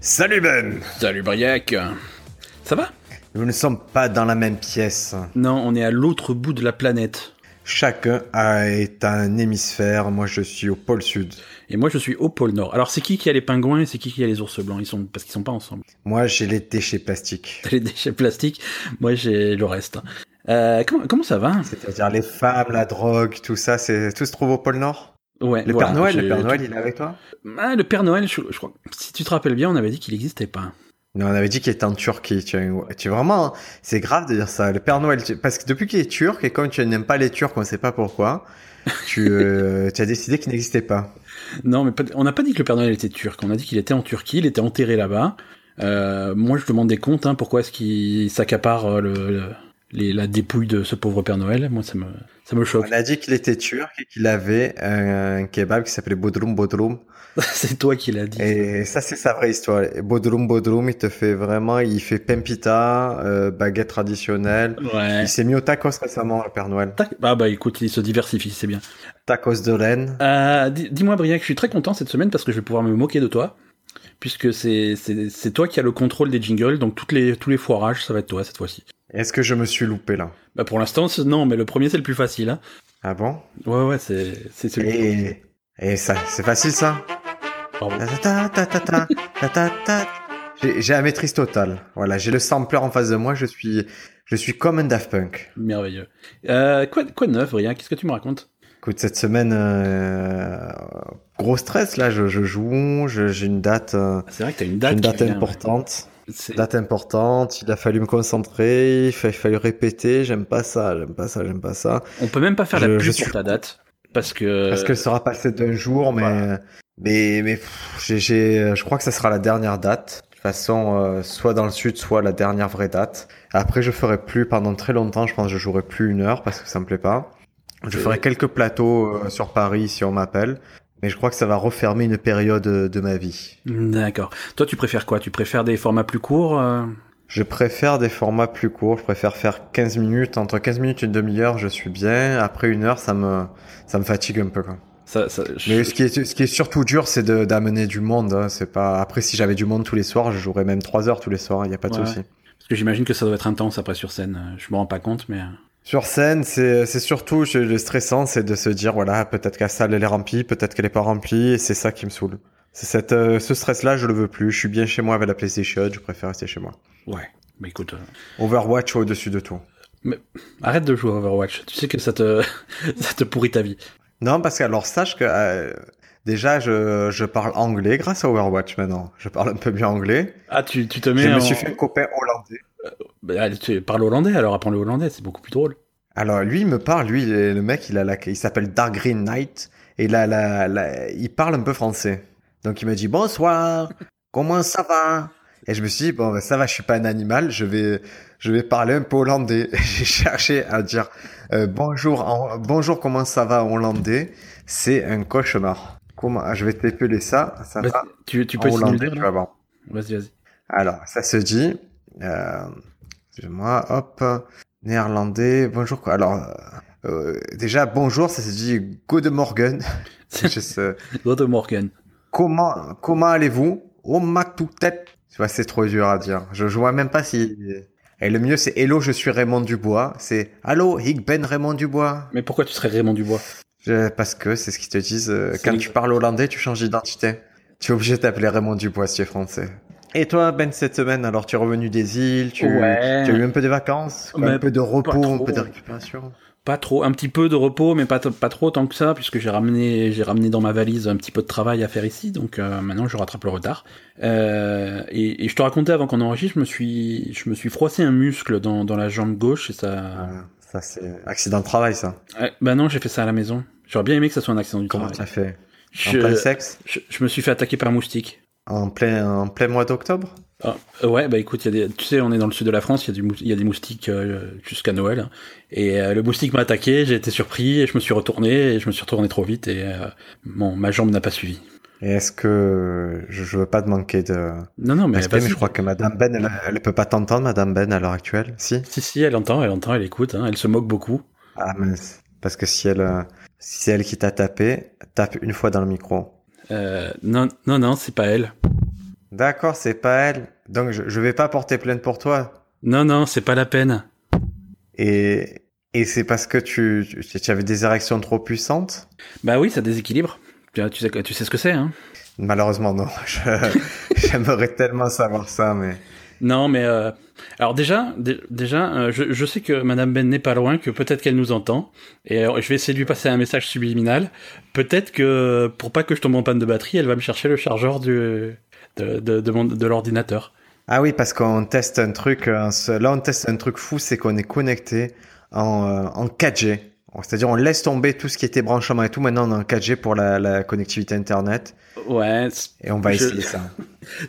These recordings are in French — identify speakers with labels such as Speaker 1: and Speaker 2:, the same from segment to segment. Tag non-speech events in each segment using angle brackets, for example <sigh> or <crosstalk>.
Speaker 1: Salut Ben
Speaker 2: Salut Briac Ça va
Speaker 1: Nous ne sommes pas dans la même pièce.
Speaker 2: Non, on est à l'autre bout de la planète.
Speaker 1: Chacun a- est un hémisphère, moi je suis au pôle sud.
Speaker 2: Et moi je suis au pôle Nord. Alors c'est qui qui a les pingouins et c'est qui qui a les ours blancs Ils sont parce qu'ils sont pas ensemble.
Speaker 1: Moi j'ai les déchets plastiques.
Speaker 2: T'as les déchets plastiques, moi j'ai le reste. Euh, comment, comment ça va
Speaker 1: C'est-à-dire les femmes, la drogue, tout ça, c'est tout se trouve au pôle nord
Speaker 2: Ouais.
Speaker 1: Le
Speaker 2: voilà,
Speaker 1: Père Noël, le
Speaker 2: j'ai-
Speaker 1: Père Noël, il est avec toi
Speaker 2: Ah, le Père Noël, je, je crois. Si tu te rappelles bien, on avait dit qu'il n'existait pas.
Speaker 1: Non, on avait dit qu'il était en Turquie. Tu, as- tu vraiment, hein. c'est grave de dire ça. Le Père Noël, tu- parce que depuis qu'il est turc et comme tu n'aimes pas les Turcs, on ne sait pas pourquoi, tu, euh, tu as décidé qu'il n'existait pas.
Speaker 2: Non, mais pas- on n'a pas dit que le Père Noël était turc. On a dit qu'il était en Turquie, il était enterré là-bas. Euh, moi, je demande des comptes. Hein, pourquoi est-ce qu'il s'accapare euh, le, le- les- la dépouille de ce pauvre Père Noël Moi, ça me, ça me choque.
Speaker 1: On a dit qu'il était turc et qu'il avait un kebab qui s'appelait Bodrum Bodrum. <laughs>
Speaker 2: C'est toi qui l'as dit.
Speaker 1: Et ça, c'est sa vraie histoire. Et Bodrum Bodrum, il te fait vraiment, il fait pempita, euh, baguette traditionnelle.
Speaker 2: Ouais.
Speaker 1: Il s'est mis au tacos récemment, le Père Noël.
Speaker 2: Tac. Ah bah écoute, il se diversifie, c'est bien.
Speaker 1: Tacos de Rennes.
Speaker 2: Euh, di- Dis-moi Briac, je suis très content cette semaine parce que je vais pouvoir me moquer de toi, puisque c'est c'est- c'est toi qui as le contrôle des jingles, donc toutes les, tous les foirages, ça va être toi cette fois-ci.
Speaker 1: Est-ce que je me suis loupé là
Speaker 2: Bah pour l'instant, c'est- non, mais le premier c'est le plus facile. Hein.
Speaker 1: Ah bon
Speaker 2: Ouais, ouais, c'est c'est celui.
Speaker 1: Et, et ça, c'est facile ça
Speaker 2: Bravo.
Speaker 1: Ta ta ta ta ta ta ta. J'ai j'ai la maîtrise totale. Voilà, j'ai le sampler en face de moi. Je suis, je suis comme un Daft Punk.
Speaker 2: Merveilleux. Euh, quoi, quoi de neuf, Briac Qu'est-ce que tu me racontes
Speaker 1: Écoute, cette semaine, euh, gros stress là. Je, je joue, je- j'ai une date, euh,
Speaker 2: Ah, C'est vrai que t'as une
Speaker 1: j'ai
Speaker 2: date.
Speaker 1: une
Speaker 2: qui
Speaker 1: date
Speaker 2: vient,
Speaker 1: importante.
Speaker 2: ouais. C'est-
Speaker 1: Date importante. Il a fallu me concentrer. Il fa- il fallu répéter. J'aime pas ça. J'aime pas ça. J'aime pas ça.
Speaker 2: On peut même pas faire la
Speaker 1: Je-
Speaker 2: pub
Speaker 1: je
Speaker 2: pour
Speaker 1: suis-
Speaker 2: ta date, parce que.
Speaker 1: Parce que ça sera passé d'un jour, mais
Speaker 2: Euh, Voilà.
Speaker 1: mais mais pff, j'ai- j'ai- euh, je crois que ça sera la dernière date. De toute façon, euh, soit dans le sud, soit la dernière vraie date. Après, je ferai plus pendant très longtemps. Je pense que je jouerai plus une heure parce que ça me plaît pas. Je
Speaker 2: Et-
Speaker 1: ferai quelques plateaux euh, sur Paris si on m'appelle, mais je crois que ça va refermer une période euh, de ma vie.
Speaker 2: D'accord. Toi, tu préfères quoi Tu préfères des formats plus courts euh
Speaker 1: Je préfère des formats plus courts. Je préfère faire 15 minutes. Entre 15 minutes et une demi-heure, je suis bien. Après une heure, ça me ça me fatigue un peu. Quoi.
Speaker 2: ça, ça, je-
Speaker 1: Mais ce qui est, ce qui est surtout dur, c'est de- d'amener du monde. hein. C'est pas. Après, si j'avais du monde tous les soirs, je jouerais même 3 heures tous les soirs. Il y a pas de
Speaker 2: Ouais.
Speaker 1: souci.
Speaker 2: Parce que j'imagine que ça doit être intense après sur scène. euh, Je me rends pas compte, mais.
Speaker 1: Sur scène, c'est c'est surtout je- le stressant, c'est de se dire voilà, peut-être que la salle elle est remplie, peut-être qu'elle est pas remplie, et c'est ça qui me saoule. C'est cette euh, ce stress-là, je le veux plus. Je suis bien chez moi avec la PlayStation. Je préfère rester chez moi.
Speaker 2: Ouais. Bah écoute, euh,
Speaker 1: Overwatch au-dessus de tout.
Speaker 2: arrête de jouer à Overwatch. Tu sais que ça te, <laughs> ça te pourrit ta vie.
Speaker 1: Non, parce que alors sache que euh, déjà, je je parle anglais grâce à Overwatch maintenant. Je parle un peu mieux anglais.
Speaker 2: Ah, tu, tu te mets.
Speaker 1: Je me
Speaker 2: en-
Speaker 1: suis fait un copain hollandais.
Speaker 2: Bah, allez, tu parles hollandais alors, apprends le hollandais, c'est beaucoup plus drôle.
Speaker 1: Alors lui, il me parle, lui, le mec, il a la, il s'appelle Dark Green Knight et là, la, la- il parle un peu français. Donc il me dit bonsoir, comment ça va Et je me suis dit bon, ben, ça va, je suis pas un animal, je vais, je vais parler un peu hollandais. <laughs> J'ai cherché à dire euh, bonjour, en- bonjour, comment ça va en hollandais C'est un cauchemar. Comment Je vais t'épeler ça, ça
Speaker 2: Bah,
Speaker 1: va.
Speaker 2: tu, tu
Speaker 1: Ah, en
Speaker 2: peux essayer de le
Speaker 1: hollandais,
Speaker 2: dire
Speaker 1: tu
Speaker 2: là
Speaker 1: vas voir.
Speaker 2: Vas-y, vas-y.
Speaker 1: Alors, ça se dit, euh, excusez-moi, hop, néerlandais, bonjour quoi. Alors, euh, déjà, bonjour, ça se dit good
Speaker 2: <laughs>
Speaker 1: morgen. C'est juste, euh,
Speaker 2: Go to Morgan.
Speaker 1: comment, comment allez-vous? Oh, ma tout tête. Tu vois, c'est trop dur à dire. Je, je vois même pas si. Et le mieux, c'est hello, je suis Raymond Dubois. C'est allô, ik ben Raymond Dubois.
Speaker 2: Mais pourquoi tu serais Raymond Dubois
Speaker 1: Je- parce que c'est ce qu'ils te disent. euh,
Speaker 2: C'est
Speaker 1: quand
Speaker 2: une-
Speaker 1: tu parles hollandais, tu changes d'identité. Tu es obligé de t'appeler Raymond Dubois si tu es français. Et toi, Ben, cette semaine, alors tu es revenu des îles, tu,
Speaker 2: Ouais.
Speaker 1: tu as eu un peu des vacances, quoi,
Speaker 2: Mais
Speaker 1: un peu de repos, un
Speaker 2: trop.
Speaker 1: peu de récupération.
Speaker 2: Pas trop, un petit peu de repos, mais pas, t- pas trop tant que ça, puisque j'ai ramené, j'ai ramené dans ma valise un petit peu de travail à faire ici, donc euh, maintenant je rattrape le retard. Euh, et, et je te racontais avant qu'on enregistre, je me suis, je me suis froissé un muscle dans, dans la jambe gauche et ça.
Speaker 1: Voilà. Ça, c'est accident de travail, ça.
Speaker 2: Euh, bah non, j'ai fait ça à la maison. J'aurais bien aimé que ça soit un accident du
Speaker 1: Comment
Speaker 2: travail.
Speaker 1: tu as fait En plein
Speaker 2: Je,
Speaker 1: sexe
Speaker 2: je, je me suis fait attaquer par un moustique.
Speaker 1: en plein, en plein mois d'octobre
Speaker 2: Ah, euh, ouais, bah écoute, il y a des, tu sais, on est dans le sud de la France, il y, a du mous- il y a des moustiques euh, jusqu'à Noël. hein. Et euh, le moustique m'a attaqué, j'ai été surpris, et je me suis retourné, et je me suis retourné trop vite, et euh, mon, ma jambe n'a pas suivi.
Speaker 1: Et est-ce que je, je veux pas te manquer de
Speaker 2: Non, non, mais,
Speaker 1: respect,
Speaker 2: vas-y.
Speaker 1: mais je crois que Madame Ben, elle, elle peut pas t'entendre, Madame Ben, à l'heure actuelle, si
Speaker 2: Si, si, elle entend, elle entend, elle écoute, hein, elle se moque beaucoup.
Speaker 1: Ah mince. Parce que si elle, euh, si c'est elle qui t'a tapé, tape une fois dans le micro.
Speaker 2: Euh, non, non, non, c'est pas elle.
Speaker 1: D'accord, c'est pas elle. Donc je, je vais pas porter plainte pour toi.
Speaker 2: Non, non, c'est pas la peine.
Speaker 1: Et, et c'est parce que tu, tu, tu avais des érections trop puissantes
Speaker 2: Bah oui, ça déséquilibre. Tu tu sais, tu sais ce que c'est, hein
Speaker 1: Malheureusement, non. <laughs> Je- J'aimerais tellement savoir ça, mais.
Speaker 2: Non, mais euh, alors déjà, dé- déjà, euh, je, je sais que Madame Ben n'est pas loin, que peut-être qu'elle nous entend, et euh, je vais essayer de lui passer un message subliminal. Peut-être que pour pas que je tombe en panne de batterie, elle va me chercher le chargeur du, de, de, de, mon- de l'ordinateur.
Speaker 1: Ah oui, parce qu'on teste un truc. euh, ce- Là, on teste un truc fou, c'est qu'on est connecté en, euh, en 4G. C'est-à-dire, on laisse tomber tout ce qui était branchement et tout. Maintenant, on est en 4G pour la, la connectivité Internet.
Speaker 2: Ouais, c-
Speaker 1: Et on va
Speaker 2: Je-
Speaker 1: essayer ça.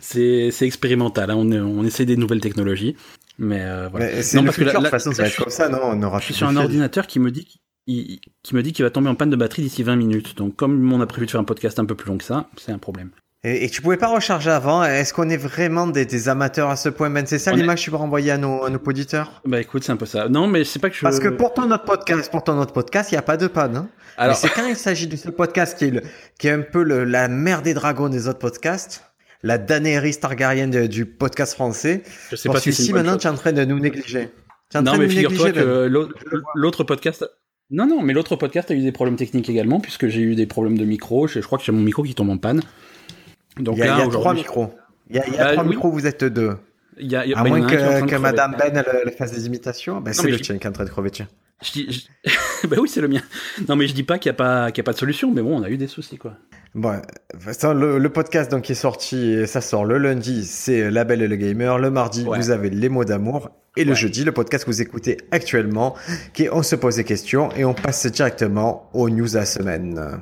Speaker 2: c'est c'est expérimental. hein, on, est- on essaie des nouvelles technologies, mais euh, voilà.
Speaker 1: Mais c'est
Speaker 2: Non,
Speaker 1: le
Speaker 2: parce que
Speaker 1: futur, de
Speaker 2: là-
Speaker 1: toute
Speaker 2: là-
Speaker 1: façon, ça va
Speaker 2: là, je
Speaker 1: être
Speaker 2: suis-
Speaker 1: comme ça, non On aura
Speaker 2: Je suis
Speaker 1: plus
Speaker 2: sur un
Speaker 1: de fil.
Speaker 2: ordinateur qui me dit qu'il- qui me dit qu'il va tomber en panne de batterie d'ici 20 minutes. Donc comme on a prévu de faire un podcast un peu plus long que ça, c'est un problème.
Speaker 1: Et, et tu pouvais pas recharger avant hein. Est-ce qu'on est vraiment des, des amateurs à ce point, Ben C'est ça
Speaker 2: On est-
Speaker 1: l'image que tu peux renvoyer à nos, à nos auditeurs
Speaker 2: Bah écoute, c'est un peu ça. Non, mais c'est pas que je.
Speaker 1: Parce que pourtant, notre podcast, pourtant, notre podcast, il n'y a pas de panne. hein. Mais
Speaker 2: Alors,
Speaker 1: c'est quand il s'agit de ce podcast qui est, le- qui est un peu le- la mère des dragons des autres podcasts, la Daenerys Targaryen de- du podcast français.
Speaker 2: je sais
Speaker 1: Parce
Speaker 2: pas
Speaker 1: que
Speaker 2: si c'est
Speaker 1: si
Speaker 2: une bonne
Speaker 1: maintenant,
Speaker 2: chose.
Speaker 1: tu es en train de nous négliger. Tu es en
Speaker 2: Non,
Speaker 1: train
Speaker 2: mais
Speaker 1: de nous
Speaker 2: figure-toi
Speaker 1: négliger.
Speaker 2: que
Speaker 1: Ben.
Speaker 2: l'autre- l'autre podcast. Non, non, mais l'autre podcast a eu des problèmes techniques également, puisque j'ai eu des problèmes de micro. Je, je crois que j'ai mon micro qui tombe en panne. Donc
Speaker 1: Il y a, il y
Speaker 2: là,
Speaker 1: a trois
Speaker 2: aujourd'hui,
Speaker 1: micros. Il y a, il y a
Speaker 2: Bah,
Speaker 1: trois
Speaker 2: oui.
Speaker 1: micros, vous êtes deux.
Speaker 2: il y a- il y a-
Speaker 1: À
Speaker 2: bah, il y en
Speaker 1: moins
Speaker 2: a un qui est en train
Speaker 1: que,
Speaker 2: de
Speaker 1: que
Speaker 2: crever.
Speaker 1: Madame Ben elle, elle fasse des imitations. Ben, c'est
Speaker 2: mais
Speaker 1: le
Speaker 2: je-
Speaker 1: tien qui est en train de crever, tiens.
Speaker 2: Je dis- je- <laughs> bah oui, c'est le mien. Non, mais je dis pas qu'il n'y a, pas- qu'il y a pas de solution, mais bon, on a eu des soucis, quoi.
Speaker 1: Bon, ça, le, le podcast donc qui est sorti, euh, ça sort le lundi, c'est La Belle et le Gamer. Le mardi,
Speaker 2: Ouais.
Speaker 1: vous avez les mots d'amour. Et le
Speaker 2: Ouais.
Speaker 1: jeudi, le podcast que vous écoutez actuellement, qui est On se pose des questions et on passe directement aux news à la semaine.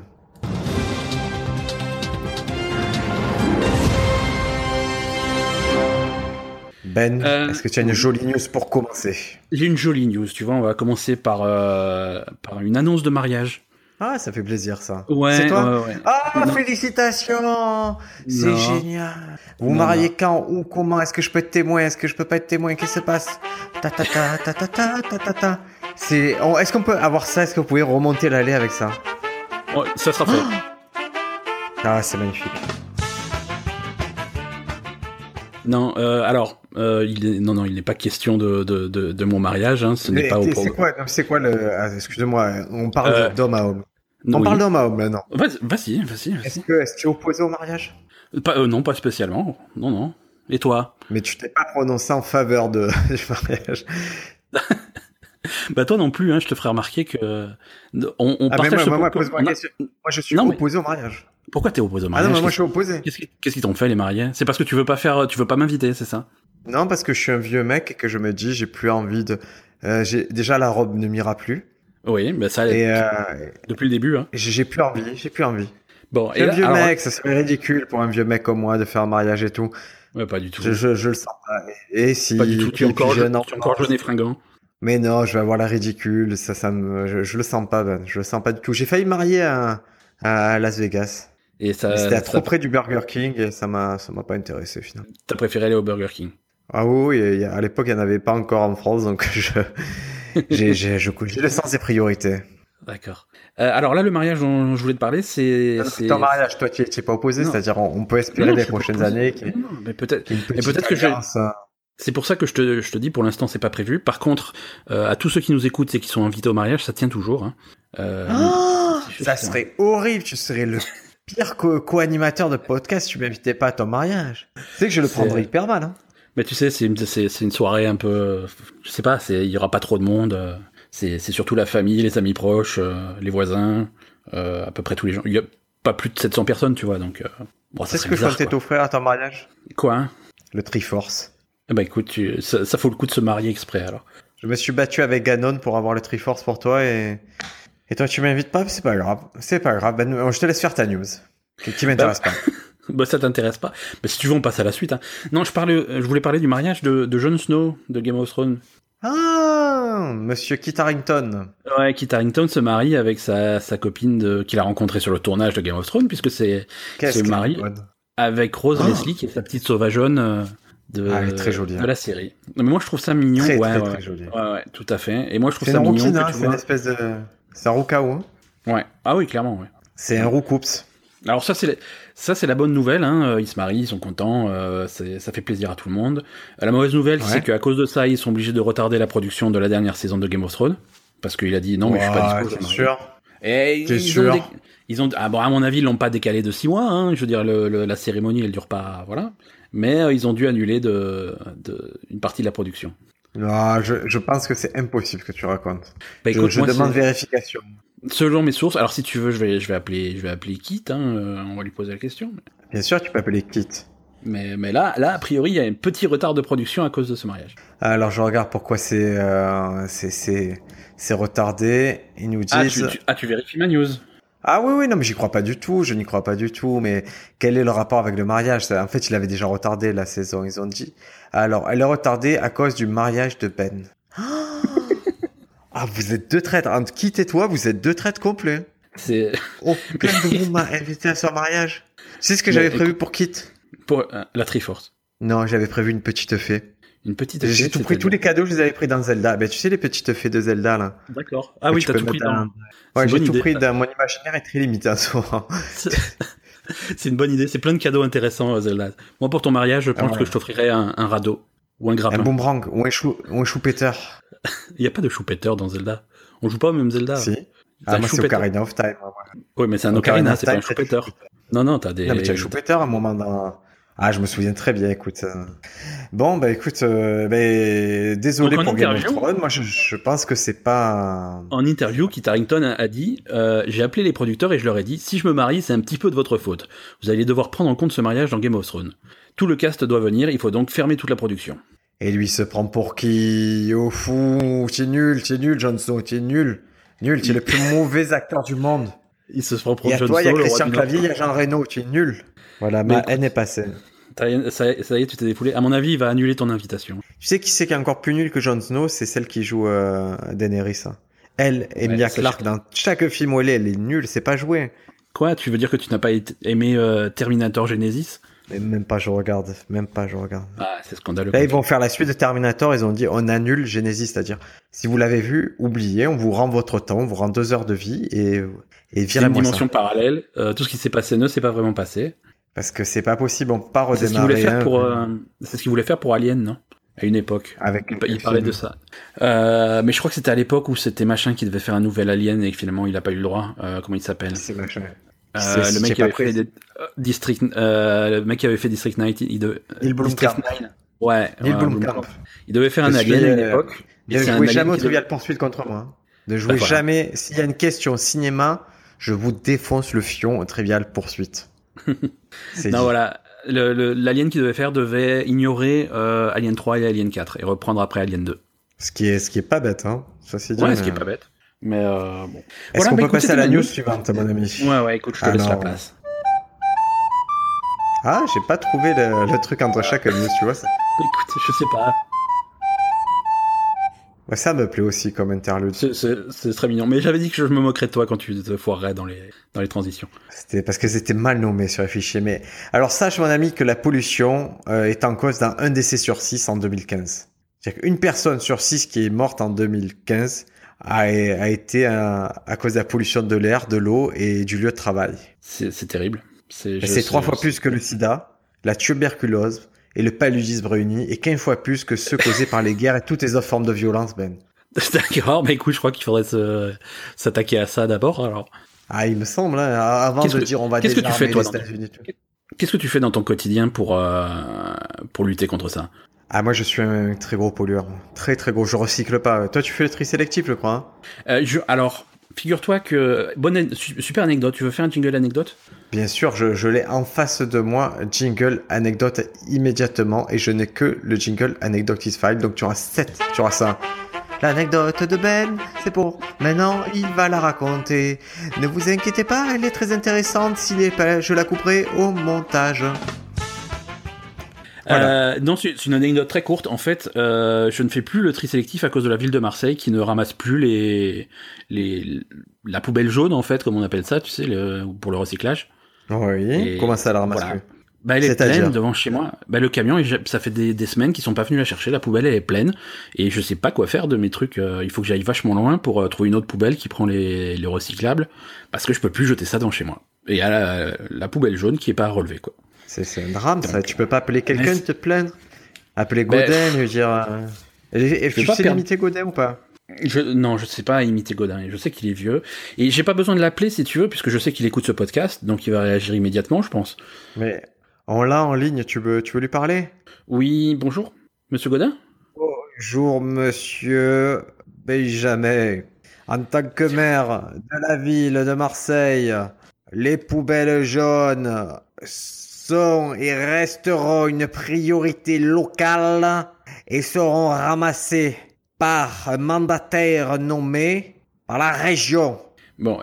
Speaker 1: Ben,
Speaker 2: Euh,
Speaker 1: est-ce que tu as une jolie news pour commencer
Speaker 2: J'ai une jolie news, tu vois. On va commencer par, euh, par une annonce de mariage.
Speaker 1: Ah, ça fait plaisir ça.
Speaker 2: Ouais, euh,
Speaker 1: c'est toi
Speaker 2: ouais, ouais.
Speaker 1: Ah,
Speaker 2: Non.
Speaker 1: félicitations C'est
Speaker 2: Non.
Speaker 1: génial. Vous
Speaker 2: Non,
Speaker 1: mariez quand ou comment Est-ce que je peux être témoin Est-ce que je peux pas être témoin Qu'est-ce qui se passe Ta ta ta ta ta ta ta ta ta. C'est. on- Est-ce qu'on peut avoir ça Est-ce que vous pouvez remonter l'allée avec ça
Speaker 2: Oh, ça sera fait.
Speaker 1: Ah, c'est magnifique.
Speaker 2: Non, euh, alors, euh, il est- non, non, il n'est pas question de, de, de, de mon mariage. Hein, ce n'est
Speaker 1: Mais
Speaker 2: pas au
Speaker 1: c'est-
Speaker 2: pro-
Speaker 1: C'est quoi non, C'est quoi le ah, Excuse-moi. On parle
Speaker 2: Euh,
Speaker 1: d'homme à homme.
Speaker 2: Non,
Speaker 1: On
Speaker 2: oui.
Speaker 1: parle d'homme à homme maintenant.
Speaker 2: Vas-y, vas-y, vas-y.
Speaker 1: Est-ce
Speaker 2: vas-y.
Speaker 1: que est-ce que tu es opposé au mariage
Speaker 2: Pas- euh, non, pas spécialement. Non, non. Et toi
Speaker 1: Mais tu t'es pas prononcé en faveur de <laughs> du mariage.
Speaker 2: Bah toi non plus. Hein, je te ferai remarquer que euh, on, on
Speaker 1: Ah mais
Speaker 2: partage
Speaker 1: moi,
Speaker 2: ce
Speaker 1: moi, moi,
Speaker 2: propos-
Speaker 1: pose-moi
Speaker 2: on
Speaker 1: une
Speaker 2: a-
Speaker 1: question. Moi, je suis
Speaker 2: Non, mais-
Speaker 1: opposé au mariage.
Speaker 2: Pourquoi t'es opposé au
Speaker 1: Ah
Speaker 2: mariage
Speaker 1: non, mais moi, je
Speaker 2: Qu'est-ce
Speaker 1: suis opposé.
Speaker 2: qu'est-ce qui- qu'est-ce qu'ils t'ont fait les mariés C'est parce que tu veux pas faire, tu veux pas m'inviter, c'est ça
Speaker 1: Non, parce que je suis un vieux mec et que je me dis, j'ai plus envie de. euh, j'ai déjà la robe ne m'ira plus
Speaker 2: Oui, bah ça
Speaker 1: et euh,
Speaker 2: depuis le début. Hein.
Speaker 1: j'ai j'ai plus envie, j'ai plus envie.
Speaker 2: Bon,
Speaker 1: Je suis
Speaker 2: et
Speaker 1: un
Speaker 2: là-
Speaker 1: vieux
Speaker 2: alors-
Speaker 1: mec, ça serait ridicule pour un vieux mec comme moi de faire un mariage et tout.
Speaker 2: Ouais, pas du tout.
Speaker 1: Je, je, je le sens pas. Et, et si
Speaker 2: Pas du tout. Tu es
Speaker 1: et puis
Speaker 2: encore,
Speaker 1: j'ai un
Speaker 2: jeune, tu es
Speaker 1: enfant.
Speaker 2: encore jeune et fringant.
Speaker 1: Mais non, je vais avoir la ridicule. Ça, ça me, je, je le sens pas, Ben. Je le sens pas du tout. J'ai failli marier à, à Las Vegas.
Speaker 2: Et ça,
Speaker 1: Mais C'était à
Speaker 2: ça-
Speaker 1: trop près du Burger King et ça m'a, ça m'a pas intéressé finalement.
Speaker 2: t'as préféré aller au Burger King.
Speaker 1: Ah oui, oui, il y a- à l'époque, il n'y en avait pas encore en France, donc <laughs> je, j'ai, j'ai, je, j'ai le sens des priorités.
Speaker 2: D'accord. Euh, alors là, le mariage dont je voulais te parler, c'est.
Speaker 1: Non, non,
Speaker 2: c'est-
Speaker 1: Ton mariage, toi, tu n'es pas opposé,
Speaker 2: Non.
Speaker 1: c'est-à-dire on, on peut
Speaker 2: Non,
Speaker 1: espérer
Speaker 2: non, je
Speaker 1: les
Speaker 2: suis pas
Speaker 1: prochaines
Speaker 2: opposé.
Speaker 1: années qu'il y ait-
Speaker 2: Non, mais peut-être.
Speaker 1: qu'il y ait une
Speaker 2: Mais
Speaker 1: petite
Speaker 2: peut-être que je-
Speaker 1: alliance, hein.
Speaker 2: C'est pour ça que je te, je te dis, pour l'instant, c'est pas prévu. Par contre, euh, à tous ceux qui nous écoutent et qui sont invités au mariage, ça tient toujours. Hein. Euh,
Speaker 1: Ah,
Speaker 2: si je
Speaker 1: ça
Speaker 2: sais.
Speaker 1: serait horrible, tu serais le pire co- co-animateur de podcast si tu m'invitais pas à ton mariage. Tu sais que je le
Speaker 2: C'est- Ah,
Speaker 1: prendrais hyper mal. Hein.
Speaker 2: Mais tu sais, c'est une, c'est- c'est une soirée un peu, je sais pas, c'est- il y aura pas trop de monde. euh, C'est c'est surtout la famille, les amis proches, euh, les voisins, euh, à peu près tous les gens. Il y a pas plus de 700 personnes, tu vois, donc. euh, bon,
Speaker 1: C'est
Speaker 2: ça
Speaker 1: ce
Speaker 2: serait
Speaker 1: que je
Speaker 2: bizarre,
Speaker 1: comptais
Speaker 2: quoi.
Speaker 1: t'offrir à ton mariage
Speaker 2: Quoi hein
Speaker 1: Le Triforce.
Speaker 2: Eh ben, écoute, tu- ça, ça faut le coup de se marier exprès alors.
Speaker 1: Je me suis battu avec Ganon pour avoir le Triforce pour toi et, et toi, tu m'invites pas C'est pas grave. C'est pas grave. Ben, je te laisse faire ta news. Qui, qui m'intéresse pas.
Speaker 2: bah ça t'intéresse pas. Bah si tu veux, on passe à la suite. hein. Non, je parlais, euh, je voulais parler du mariage de, de Jon Snow de Game of Thrones.
Speaker 1: Ah, Monsieur Kit Harington.
Speaker 2: Ouais, Kit Harington se marie avec sa, sa copine de- qu'il a rencontrée sur le tournage de Game of Thrones, puisque c'est
Speaker 1: Qu'est-ce
Speaker 2: Se
Speaker 1: qu'il est
Speaker 2: marie.
Speaker 1: bonne.
Speaker 2: avec Rose
Speaker 1: Oh.
Speaker 2: Leslie, qui est sa petite sauvageonne euh, de,
Speaker 1: Ah, elle est très jolie, hein.
Speaker 2: de la série. Non, mais moi, je trouve ça mignon.
Speaker 1: Très,
Speaker 2: ouais,
Speaker 1: très,
Speaker 2: ouais.
Speaker 1: très jolie.
Speaker 2: Ouais, ouais, tout à fait. Et moi, je trouve
Speaker 1: C'est
Speaker 2: ça
Speaker 1: une
Speaker 2: mignon.
Speaker 1: routine,
Speaker 2: que
Speaker 1: hein,
Speaker 2: tu
Speaker 1: c'est une
Speaker 2: vois.
Speaker 1: espèce de. C'est un roucao, hein.
Speaker 2: Ouais. Ah oui, clairement, ouais.
Speaker 1: C'est un roucoups.
Speaker 2: Alors ça c'est la... ça c'est la bonne nouvelle, hein. ils se marient, ils sont contents, euh, c'est- ça fait plaisir à tout le monde. Euh, La mauvaise nouvelle
Speaker 1: Ouais.
Speaker 2: c'est qu'à cause de ça ils sont obligés de retarder la production de la dernière saison de Game of Thrones parce qu'il a dit non mais je suis pas
Speaker 1: Ouais,
Speaker 2: dispo. je vais me
Speaker 1: c'est
Speaker 2: marier.
Speaker 1: sûr.
Speaker 2: Et ils
Speaker 1: T'es
Speaker 2: ont
Speaker 1: sûr
Speaker 2: dé- ils ont ah bon à mon avis ils l'ont pas décalé de six mois, hein. je veux dire le- le- la cérémonie elle dure pas voilà, mais euh, ils ont dû annuler de, de une partie de la production.
Speaker 1: Non, je, je pense que c'est impossible que tu racontes.
Speaker 2: Bah,
Speaker 1: Je-
Speaker 2: écoute,
Speaker 1: je
Speaker 2: moi,
Speaker 1: demande
Speaker 2: c'est-
Speaker 1: vérification.
Speaker 2: selon mes sources, alors si tu veux je vais je vais appeler je vais appeler Kit, hein, euh, on va lui poser la question.
Speaker 1: Bien sûr, tu peux appeler Kit.
Speaker 2: Mais, mais là, là, a priori, il y a un petit retard de production à cause de ce mariage.
Speaker 1: Alors je regarde pourquoi c'est euh, c'est- c'est c'est retardé. Ils nous disent.
Speaker 2: Ah tu, tu- ah, tu vérifies ma news.
Speaker 1: Ah oui, oui, non, mais j'y crois pas du tout, je n'y crois pas du tout, mais quel est le rapport avec le mariage? Ça, En fait, il avait déjà retardé la saison, ils ont dit. Alors, elle est retardée à cause du mariage de
Speaker 2: <gasps>
Speaker 1: Ben. Ah, Ah, vous êtes deux traîtres. Entre Kit et toi, vous êtes deux traîtres complets. Oh,
Speaker 2: C'est <laughs>
Speaker 1: Aucun de vous m'a invité à son mariage. C'est ce que
Speaker 2: Mais
Speaker 1: j'avais
Speaker 2: écoute-
Speaker 1: prévu pour Kit.
Speaker 2: pour euh, la Triforce.
Speaker 1: Non, j'avais prévu une petite fée.
Speaker 2: Une petite.
Speaker 1: J'ai
Speaker 2: fête,
Speaker 1: tout pris, tous les
Speaker 2: c'est-à-dire-
Speaker 1: cadeaux, je les avais pris dans Zelda. Ben, tu sais, les petites fées de Zelda, là.
Speaker 2: D'accord. Ah
Speaker 1: que
Speaker 2: oui,
Speaker 1: tu
Speaker 2: t'as
Speaker 1: peux
Speaker 2: tout pris
Speaker 1: mettre
Speaker 2: dans.
Speaker 1: un- Ouais,
Speaker 2: une
Speaker 1: j'ai
Speaker 2: bonne
Speaker 1: tout
Speaker 2: idée,
Speaker 1: pris
Speaker 2: ça.
Speaker 1: d'un, mon imaginaire est très limité en ce moment.
Speaker 2: C'est une bonne idée. C'est plein de cadeaux intéressants, euh, Zelda. Moi, pour ton mariage, je pense
Speaker 1: Ah ouais.
Speaker 2: que je t'offrirais un, un radeau ou un
Speaker 1: Un
Speaker 2: grappin.
Speaker 1: boomerang ou un chou, ou un chou-péteur.
Speaker 2: Il n'y a pas de choupetteur dans Zelda. On joue pas au même Zelda.
Speaker 1: Si.
Speaker 2: T'as
Speaker 1: Ah,
Speaker 2: un
Speaker 1: moi, c'est
Speaker 2: choupetteur.
Speaker 1: Ocarina of Time. moi.
Speaker 2: Oui, mais c'est un
Speaker 1: Ocarina
Speaker 2: ocarina,
Speaker 1: of
Speaker 2: c'est pas
Speaker 1: Time,
Speaker 2: un
Speaker 1: t'as du
Speaker 2: choupetteur. Non, non, t'as des.
Speaker 1: Non, mais tu as Schumpeter à un moment dans. Ah, je me souviens très bien, écoute. euh. Bon, bah écoute, euh, ben, désolé
Speaker 2: Donc, en
Speaker 1: pour Game of
Speaker 2: interview-
Speaker 1: Thrones. Moi, je, je pense que c'est pas.
Speaker 2: En interview, Kit Harington a- a dit euh, J'ai appelé les producteurs et je leur ai dit Si je me marie, c'est un petit peu de votre faute. Vous allez devoir prendre en compte ce mariage dans Game of Thrones. Tout le cast doit venir, il faut donc fermer toute la production.
Speaker 1: Et lui, il se prend pour qui Au fou, t'es nul, t'es nul, Johnson, t'es nul. Nul, t'es le
Speaker 2: <laughs>
Speaker 1: plus mauvais acteur du monde.
Speaker 2: Il se prend pour
Speaker 1: Il y a
Speaker 2: Jon
Speaker 1: toi, il y a
Speaker 2: Snow, le roi
Speaker 1: Christian
Speaker 2: du
Speaker 1: Clavier, il y a
Speaker 2: Nord.
Speaker 1: Jean Reno, tu es nul. Voilà,
Speaker 2: Mais
Speaker 1: ma
Speaker 2: écoute-
Speaker 1: haine est passée.
Speaker 2: Ça y est- Ça, y est- ça y est, tu t'es défoulé. À mon avis, il va annuler ton invitation.
Speaker 1: Tu sais qui c'est qui est encore plus nul que Jon Snow C'est celle qui joue euh, Daenerys. hein. Elle et
Speaker 2: Ouais,
Speaker 1: Mia
Speaker 2: c'est
Speaker 1: Clark, dans chaque film où elle est, elle est nulle, c'est pas joué.
Speaker 2: Quoi Tu veux dire que tu n'as pas été- aimé euh, Terminator Genesis
Speaker 1: Mais Même pas, je regarde. Même pas, je regarde.
Speaker 2: Ah, c'est scandaleux.
Speaker 1: Là, ils vont faire la suite de Terminator. Ils ont dit, on annule Genesis, c'est-à-dire, si vous l'avez vu, oubliez, on vous rend votre temps, on vous rend deux heures de vie et, et
Speaker 2: C'est une
Speaker 1: virez-moi
Speaker 2: dimension
Speaker 1: ça.
Speaker 2: parallèle. Euh, tout ce qui s'est passé ne s'est pas vraiment passé.
Speaker 1: Parce que c'est pas possible, on peut pas
Speaker 2: C'est ce qu'il voulait
Speaker 1: redémarrer.
Speaker 2: faire
Speaker 1: hein,
Speaker 2: pour. euh, c'est ce qu'il voulait faire pour Alien, non À une époque.
Speaker 1: avec
Speaker 2: Il,
Speaker 1: le
Speaker 2: il parlait
Speaker 1: film.
Speaker 2: de ça. Euh, mais je crois que c'était à l'époque où c'était machin qui devait faire un nouvel Alien et que finalement il a pas eu le droit. Euh, comment il s'appelle
Speaker 1: C'est machin.
Speaker 2: Euh,
Speaker 1: C'est-
Speaker 2: Le
Speaker 1: c'est-
Speaker 2: mec
Speaker 1: c'est
Speaker 2: qui avait
Speaker 1: pas
Speaker 2: fait
Speaker 1: pris.
Speaker 2: des- euh, District. euh, le mec qui avait fait District 9. Il de,
Speaker 1: Neil
Speaker 2: District
Speaker 1: Blomkamp.
Speaker 2: 9. Ouais.
Speaker 1: Neil
Speaker 2: ouais,
Speaker 1: Blomkamp.
Speaker 2: Blomkamp. Il devait faire un
Speaker 1: Je
Speaker 2: Alien
Speaker 1: suis,
Speaker 2: à une
Speaker 1: euh,
Speaker 2: époque.
Speaker 1: Ne
Speaker 2: c'est un
Speaker 1: jouez
Speaker 2: alien
Speaker 1: jamais au
Speaker 2: qui devait-
Speaker 1: Trivial Poursuite contre moi. hein. Ne jouez
Speaker 2: voilà.
Speaker 1: jamais. S'il y a une question cinéma, je vous défonce le fion au Trivial
Speaker 2: <laughs>
Speaker 1: Poursuite. C'est
Speaker 2: Non
Speaker 1: dit.
Speaker 2: voilà. Le- le- L'Alien qu'il devait faire devait ignorer euh, Alien 3 et Alien 4 et reprendre après Alien 2.
Speaker 1: Ce qui est, ce qui est pas bête, hein. Ça, c'est dit,
Speaker 2: Ouais,
Speaker 1: mais-
Speaker 2: ce qui est pas bête. Mais euh, bon.
Speaker 1: Est-ce
Speaker 2: Voilà,
Speaker 1: qu'on
Speaker 2: bah,
Speaker 1: peut
Speaker 2: écoute,
Speaker 1: passer à la
Speaker 2: c'était
Speaker 1: news
Speaker 2: ma-
Speaker 1: suivante, mon ami?
Speaker 2: Ouais, ouais, écoute, je te
Speaker 1: Ah,
Speaker 2: laisse la
Speaker 1: non.
Speaker 2: place.
Speaker 1: Ah, j'ai pas trouvé le, le truc entre chaque news, tu vois. Ça,
Speaker 2: Écoute, je sais pas.
Speaker 1: Ouais, ça me plaît aussi comme interlude.
Speaker 2: C'est- C'est c'est très mignon. Mais j'avais dit que je me moquerais de toi quand tu te foirerais dans les, dans les transitions.
Speaker 1: C'était parce que c'était mal nommé sur les fichiers. Mais alors sache, mon ami, que la pollution euh, est en cause dans un décès sur six en 2015. C'est-à-dire qu'une personne sur six qui est morte en 2015 a, a été euh, à cause de la pollution de l'air, de l'eau et du lieu de travail.
Speaker 2: C'est c'est terrible. C'est
Speaker 1: Et
Speaker 2: je-
Speaker 1: C'est trois
Speaker 2: je-
Speaker 1: fois plus que le sida, la tuberculose et le paludisme réunis, et quinze fois plus que ceux causés par les guerres et toutes les autres formes de violence, Ben.
Speaker 2: <laughs> D'accord, mais écoute, je crois qu'il faudrait se- s'attaquer à ça d'abord. Alors,
Speaker 1: Ah, il me semble, hein, avant
Speaker 2: Qu'est-ce
Speaker 1: de
Speaker 2: que-
Speaker 1: dire on va
Speaker 2: qu'est-ce que tu
Speaker 1: désarmer
Speaker 2: fais, toi,
Speaker 1: les
Speaker 2: dans-
Speaker 1: États-Unis et tout.
Speaker 2: qu'est-ce que tu fais dans ton quotidien pour, euh, pour lutter contre ça
Speaker 1: Ah, moi, je suis un très gros pollueur. Très, très gros. Je recycle pas. Toi, tu fais le tri sélectif, je crois. hein
Speaker 2: Euh, je- Alors, figure-toi que. Bonne, an- su- super anecdote. Tu veux faire un jingle anecdote
Speaker 1: Bien sûr, je, je l'ai en face de moi. Jingle, anecdote, immédiatement. Et je n'ai que le jingle anecdote is file. Donc, tu auras 7. Tu auras ça. L'anecdote de Ben, c'est pour maintenant, il va la raconter. Ne vous inquiétez pas, elle est très intéressante. S'il est pas, je la couperai au montage. Voilà.
Speaker 2: Euh, non, c'est c'est une anecdote très courte. En fait, euh, je ne fais plus le tri sélectif à cause de la ville de Marseille qui ne ramasse plus les, les la poubelle jaune en fait, comme on appelle ça, tu sais, le- pour le recyclage.
Speaker 1: Oui.
Speaker 2: Et
Speaker 1: Comment ça la ramasse
Speaker 2: voilà.
Speaker 1: plus
Speaker 2: Bah, elle est
Speaker 1: C'est-à-dire
Speaker 2: pleine devant chez moi. Bah, le camion, il- ça fait des, des semaines qu'ils sont pas venus la chercher. La poubelle, elle est pleine. Et je sais pas quoi faire de mes trucs. Euh, Il faut que j'aille vachement loin pour euh, trouver une autre poubelle qui prend les, les recyclables. Parce que je peux plus jeter ça devant chez moi. et à la, la poubelle jaune qui est pas relevée quoi.
Speaker 1: C'est c'est un drame, ça.
Speaker 2: Donc,
Speaker 1: Tu peux pas appeler quelqu'un
Speaker 2: mais-
Speaker 1: te plaindre Appeler
Speaker 2: Mais-
Speaker 1: Godin, lui dire. euh, Et, et
Speaker 2: Je vais
Speaker 1: tu
Speaker 2: pas
Speaker 1: sais
Speaker 2: perdre.
Speaker 1: limiter Godin ou pas
Speaker 2: Je, non, je sais pas imiter Godin. Je sais qu'il est vieux et j'ai pas besoin de l'appeler si tu veux puisque je sais qu'il écoute ce podcast donc il va réagir immédiatement je pense.
Speaker 1: Mais on l'a en ligne, tu veux, tu veux lui parler
Speaker 2: Oui, bonjour, Monsieur Godin.
Speaker 1: Bonjour, monsieur Benjamin. En tant que maire de la ville de Marseille, les poubelles jaunes sont et resteront une priorité locale et seront ramassées par un mandataire nommé par la région.
Speaker 2: Bon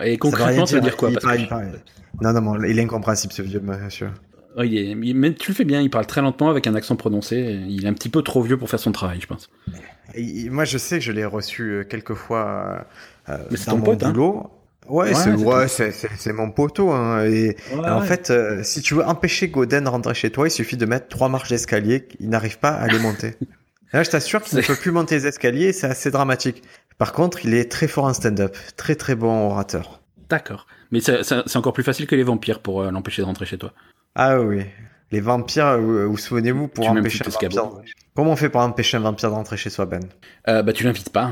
Speaker 1: Ça
Speaker 2: et
Speaker 1: veut rien
Speaker 2: concrètement ça veut dire quoi
Speaker 1: il
Speaker 2: Parce
Speaker 1: parle,
Speaker 2: que-
Speaker 1: il parle. Non, non, mais il est incompréhensible ce vieux monsieur.
Speaker 2: Ouais, Oh, il est- il- mais tu le fais bien, il parle très lentement avec un accent prononcé. Il est un petit peu trop vieux pour faire son travail, je pense.
Speaker 1: Et- et moi, je sais que je l'ai reçu euh, quelques fois euh,
Speaker 2: Mais c'est
Speaker 1: dans
Speaker 2: ton
Speaker 1: mon
Speaker 2: pote, hein.
Speaker 1: boulot. Ouais,
Speaker 2: Ouais,
Speaker 1: c'est
Speaker 2: c'est
Speaker 1: ouais, c'est- c'est- c'est mon poteau. hein. Et en
Speaker 2: Ouais.
Speaker 1: fait, euh, si tu veux empêcher Godin de rentrer chez toi, il suffit de mettre trois marches d'escalier. Il n'arrive pas à les
Speaker 2: <laughs>
Speaker 1: monter. Là, je t'assure qu'il ne peut plus monter les escaliers. C'est assez dramatique. Par contre, il est très fort en stand-up, très très bon orateur.
Speaker 2: D'accord. Mais ça- ça- c'est encore plus facile que les vampires pour euh, l'empêcher de rentrer chez toi.
Speaker 1: Ah oui, les vampires. euh, Vous, vous souvenez-vous pour
Speaker 2: Tu mets un
Speaker 1: empêcher un
Speaker 2: petit
Speaker 1: vampire.
Speaker 2: escabeau.
Speaker 1: Comment on fait pour empêcher un vampire d'entrer chez soi, Ben
Speaker 2: Euh, bah tu l'invites pas.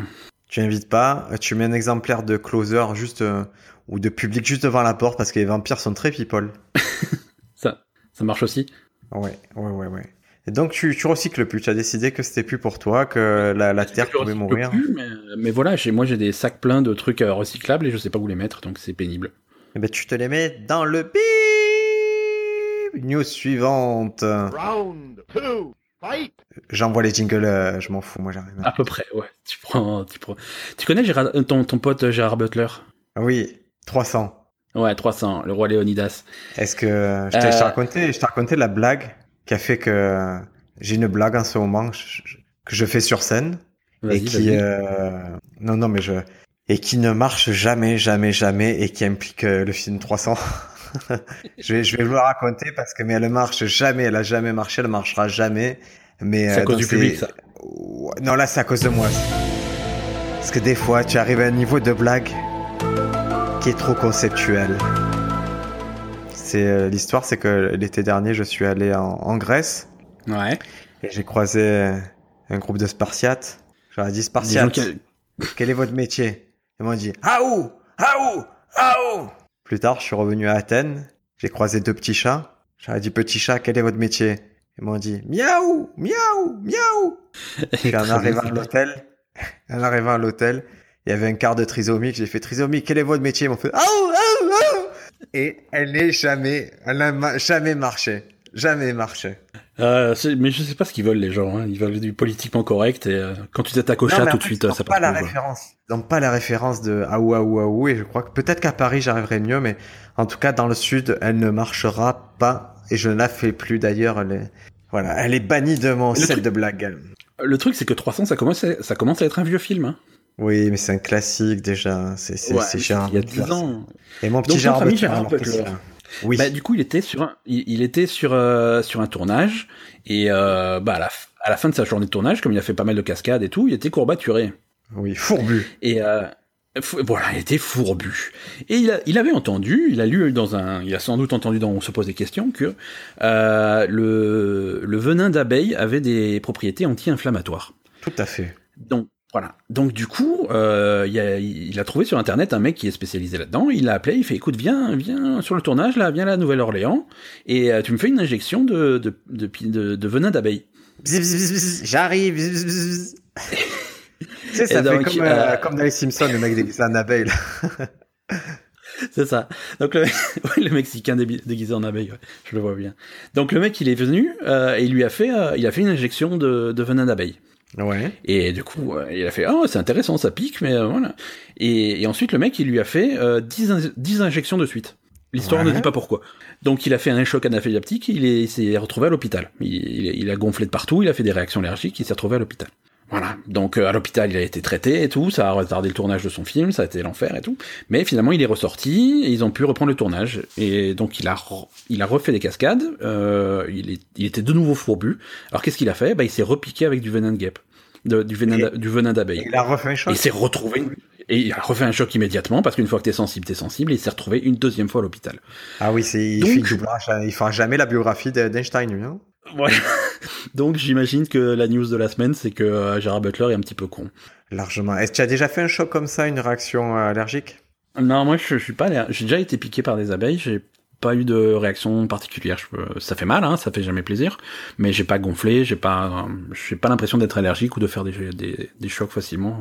Speaker 1: Tu invites pas, euh, tu mets un exemplaire de closer juste euh, ou de public juste devant la porte parce que les vampires sont très people.
Speaker 2: Ça, ça marche aussi.
Speaker 1: Ouais, ouais, ouais, ouais. Et donc tu, tu recycles plus, tu as décidé que c'était plus pour toi, que la, la terre
Speaker 2: Je
Speaker 1: pouvait
Speaker 2: recycle
Speaker 1: mourir.
Speaker 2: plus, mais, euh, mais voilà, chez moi j'ai des sacs pleins de trucs euh, recyclables et je sais pas où les mettre, donc c'est pénible.
Speaker 1: Et ben tu te les mets dans le bip News suivante.
Speaker 3: Round two, fight!
Speaker 1: J'envoie les jingles, euh, je m'en fous, moi j'arrive.
Speaker 2: À peu près, ouais. Tu prends, tu prends. Tu connais Gérard- euh, ton, ton pote euh, Gérard Butler
Speaker 1: Ah Oui, 300.
Speaker 2: Ouais, 300, le roi Léonidas.
Speaker 1: Est-ce que je t'ai je t'ai
Speaker 2: Euh.
Speaker 1: raconté, je t'ai raconté la blague qui a fait que j'ai une blague en ce moment je- je- que je fais sur scène et
Speaker 2: Vas-y,
Speaker 1: qui
Speaker 2: vas-y.
Speaker 1: euh, non non mais je et qui ne marche jamais jamais jamais et qui implique euh, le film 300. <laughs> je vais je vais vous la raconter parce que mais elle marche jamais, elle a jamais marché, elle marchera jamais. Mais
Speaker 2: C'est à
Speaker 1: euh,
Speaker 2: cause
Speaker 1: dans
Speaker 2: du
Speaker 1: ces-
Speaker 2: public, ça.
Speaker 1: Ouais, Non là c'est à cause de moi. Parce que des fois tu arrives à un niveau de blague qui est trop conceptuel. C'est euh, l'histoire c'est que l'été dernier je suis allé en- en Grèce.
Speaker 2: Ouais.
Speaker 1: Et j'ai croisé un groupe de Spartiates. J'aurais dit
Speaker 2: Des gens
Speaker 1: Spartiates,
Speaker 2: qui-
Speaker 1: quel est votre métier Ils m'ont dit Ah Aou Aou Aou Ah Plus tard, je suis revenu à Athènes. J'ai croisé deux petits chats. J'aurais dit Petit chat, quel est votre métier Ils m'ont dit Miaou Miaou Miaou Puis en
Speaker 2: Très
Speaker 1: arrivant à
Speaker 2: bien.
Speaker 1: l'hôtel, <laughs> en arrivant à l'hôtel, il y avait un quart de trisomie que j'ai fait trisomie, quel est votre métier Ils m'ont fait Ah Aou Aou Aou Et elle n'est jamais, elle n'a ma- jamais marché. Jamais marché.
Speaker 2: Euh, c'est- mais je sais pas ce qu'ils veulent les gens. hein. Ils veulent du politiquement correct et euh, quand tu t'attaques au
Speaker 1: Non,
Speaker 2: chat
Speaker 1: mais
Speaker 2: tout
Speaker 1: en
Speaker 2: de
Speaker 1: fait,
Speaker 2: suite,
Speaker 1: ils
Speaker 2: euh,
Speaker 1: n'ont
Speaker 2: ça part
Speaker 1: pas la
Speaker 2: trop, quoi.
Speaker 1: référence. Ils n'ont pas la référence de Aou Aou Aou et je crois que peut-être qu'à Paris j'arriverai mieux, mais en tout cas dans le sud elle ne marchera pas et je ne la fais plus d'ailleurs. Elle est... Voilà, elle est bannie de mon
Speaker 2: Le
Speaker 1: set
Speaker 2: truc-
Speaker 1: de blagues.
Speaker 2: Le truc, c'est que 300, ça commence, à, ça commence à être un vieux film. Hein.
Speaker 1: Oui, mais c'est un classique déjà. C'est c'est c'est Gérard
Speaker 2: Il y a
Speaker 1: Butler.
Speaker 2: 10 ans.
Speaker 1: Et mon petit
Speaker 2: Donc,
Speaker 1: Gérard
Speaker 2: notre ami
Speaker 1: Butler,
Speaker 2: Gérard
Speaker 1: alors,
Speaker 2: Butler.
Speaker 1: qu'est-ce qu'il a Oui.
Speaker 2: Bah, du coup, il était sur un, il, il était sur euh, sur un tournage et euh, bah à la, f- à la fin de sa journée de tournage, comme il a fait pas mal de cascades et tout, il était courbaturé
Speaker 1: Oui, fourbu.
Speaker 2: et euh, fou- voilà, il était fourbu. Et il, a- il avait entendu, il a lu dans un, il a sans doute entendu dans On se pose des questions que euh, le le venin d'abeille avait des propriétés anti-inflammatoires.
Speaker 1: Tout à fait.
Speaker 2: Donc voilà. Donc du coup, euh, il, y a- il a trouvé sur internet un mec qui est spécialisé là-dedans. Il l'a appelé. Il fait écoute, viens, viens sur le tournage là, viens à la Nouvelle-Orléans et euh, tu me fais une injection de de de, pi- de- de venin d'abeille.
Speaker 1: Bzz, bzz, bzz, bzz, J'arrive. bzz, bzz,
Speaker 2: <laughs>
Speaker 1: bzz, bzz. Tu sais, ça
Speaker 2: Et donc,
Speaker 1: fait comme, euh,
Speaker 2: euh,
Speaker 1: comme dans les Simpsons, le mec déguisé en abeille. là.
Speaker 2: C'est ça. Donc le, <laughs> ouais, le mexicain débi- déguisé en abeille, ouais, je le vois bien. Donc le mec, il est venu euh, et il lui a fait, euh, il a fait une injection de, de venin d'abeille.
Speaker 1: Ouais.
Speaker 2: Et du coup, euh, il a fait Oh, c'est intéressant, ça pique, mais euh, voilà. Et, et ensuite, le mec, il lui a fait euh, 10, in- 10 injections de suite. L'histoire
Speaker 1: Ouais.
Speaker 2: ne dit pas pourquoi. Donc, il a fait un choc anaphylactique, il est- il s'est retrouvé à l'hôpital. Il, il- il a gonflé de partout, il a fait des réactions allergiques, il s'est retrouvé à l'hôpital. Voilà. Donc, euh, à l'hôpital, il a été traité et tout, ça a retardé le tournage de son film, ça a été l'enfer et tout. Mais finalement, il est ressorti et ils ont pu reprendre le tournage. Et donc, il a, re- il a refait des cascades, euh, il, est- il était de nouveau fourbu. Alors, qu'est-ce qu'il a fait bah, Il s'est repiqué avec du venin de guêpe, de- du venin
Speaker 1: Et-
Speaker 2: d'a- du venin d'abeille.
Speaker 1: Il a refait un
Speaker 2: Et
Speaker 1: choc.
Speaker 2: il s'est retrouvé. Et il a refait un choc immédiatement parce qu'une fois que t'es sensible, t'es sensible. Et il s'est retrouvé une deuxième fois à l'hôpital.
Speaker 1: Ah oui, c'est, il,
Speaker 2: Donc-
Speaker 1: fait une doublage, hein. il fera jamais la biographie de- d'Einstein, lui, hein. non
Speaker 2: Ouais. Donc j'imagine que la news de la semaine, c'est que euh, Gérard Butler est un petit peu con.
Speaker 1: Largement. Est-ce que tu as déjà fait un choc comme ça, une réaction euh, allergique
Speaker 2: Non, moi je, je suis pas. allé- J'ai déjà été piqué par des abeilles. J'ai pas eu de réaction particulière. Je peux- ça fait mal, hein, ça fait jamais plaisir, mais j'ai pas gonflé, j'ai pas, euh, j'ai pas l'impression d'être allergique ou de faire des, des, des chocs facilement.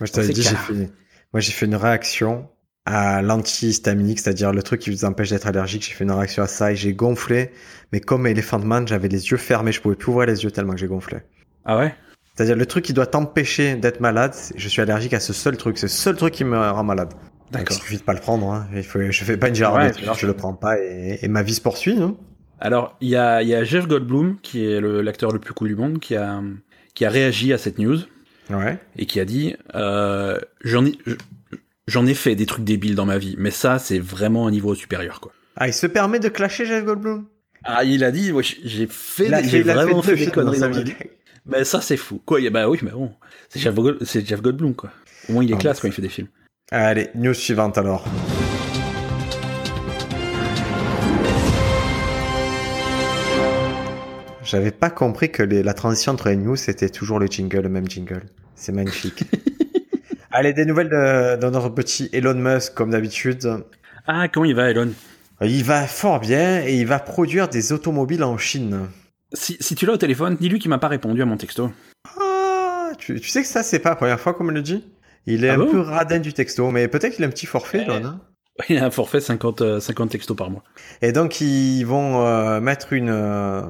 Speaker 1: Moi, je t'avais
Speaker 2: C'est
Speaker 1: dit, j'ai
Speaker 2: clair.
Speaker 1: fait, moi, j'ai fait une réaction à l'antihistaminique, c'est-à-dire le truc qui vous empêche d'être allergique. J'ai fait une réaction à ça et j'ai gonflé. Mais comme Elephant Man, j'avais les yeux fermés. Je pouvais plus ouvrir les yeux tellement que j'ai gonflé.
Speaker 2: Ah ouais
Speaker 1: C'est-à-dire le truc qui doit t'empêcher d'être malade, c'est- je suis allergique à ce seul truc. C'est le seul truc qui me rend malade. Donc,
Speaker 2: D'accord.
Speaker 1: Il suffit de pas le prendre. Hein. Il faut, je fais pas une gérard
Speaker 2: Ouais,
Speaker 1: de trucs,
Speaker 2: alors-
Speaker 1: je le prends pas et, et ma vie se poursuit. hein. Non
Speaker 2: Alors il y a, il y a Jeff Goldblum qui est le- l'acteur le plus cool du monde qui a qui a réagi à cette news
Speaker 1: ouais.
Speaker 2: et qui a dit euh, j'en ai je- j'en ai fait des trucs débiles dans ma vie, mais ça c'est vraiment un niveau supérieur quoi.
Speaker 1: Ah, il se permet de clasher Jeff Goldblum.
Speaker 2: Ah il a dit ouais, j'ai fait
Speaker 1: Il a-
Speaker 2: des- j'ai
Speaker 1: il a
Speaker 2: vraiment
Speaker 1: deux
Speaker 2: fait des
Speaker 1: films
Speaker 2: conneries
Speaker 1: dans
Speaker 2: dans
Speaker 1: sa
Speaker 2: ma vie.
Speaker 1: vie.
Speaker 2: Mais ça, c'est fou. Quoi, il- bah oui, mais bon. C'est Jeff, Gold- c'est Jeff Goldblum, quoi. Au moins, il est
Speaker 1: Ah,
Speaker 2: classe
Speaker 1: mais
Speaker 2: quand il fait des films.
Speaker 1: Allez, news suivante alors. J'avais pas compris que les- la transition entre les news c'était toujours le jingle, le même jingle. C'est <laughs> magnifique. Allez, des nouvelles de, de notre petit Elon Musk comme d'habitude.
Speaker 2: Ah, comment il va, Elon
Speaker 1: Il va fort bien et il va produire des automobiles en Chine.
Speaker 2: si, si tu l'as au téléphone, dis-lui qu'il m'a pas répondu à mon texto. <laughs>
Speaker 1: Ah, tu, tu sais que ça c'est pas la première fois qu'on me le dit. Il est
Speaker 2: Ah
Speaker 1: un
Speaker 2: bon
Speaker 1: peu radin du texto, mais peut-être qu'il a un petit forfait, Elon. hein.
Speaker 2: Il a un forfait 50, euh, 50 textos par mois.
Speaker 1: Et donc ils vont euh, mettre une euh,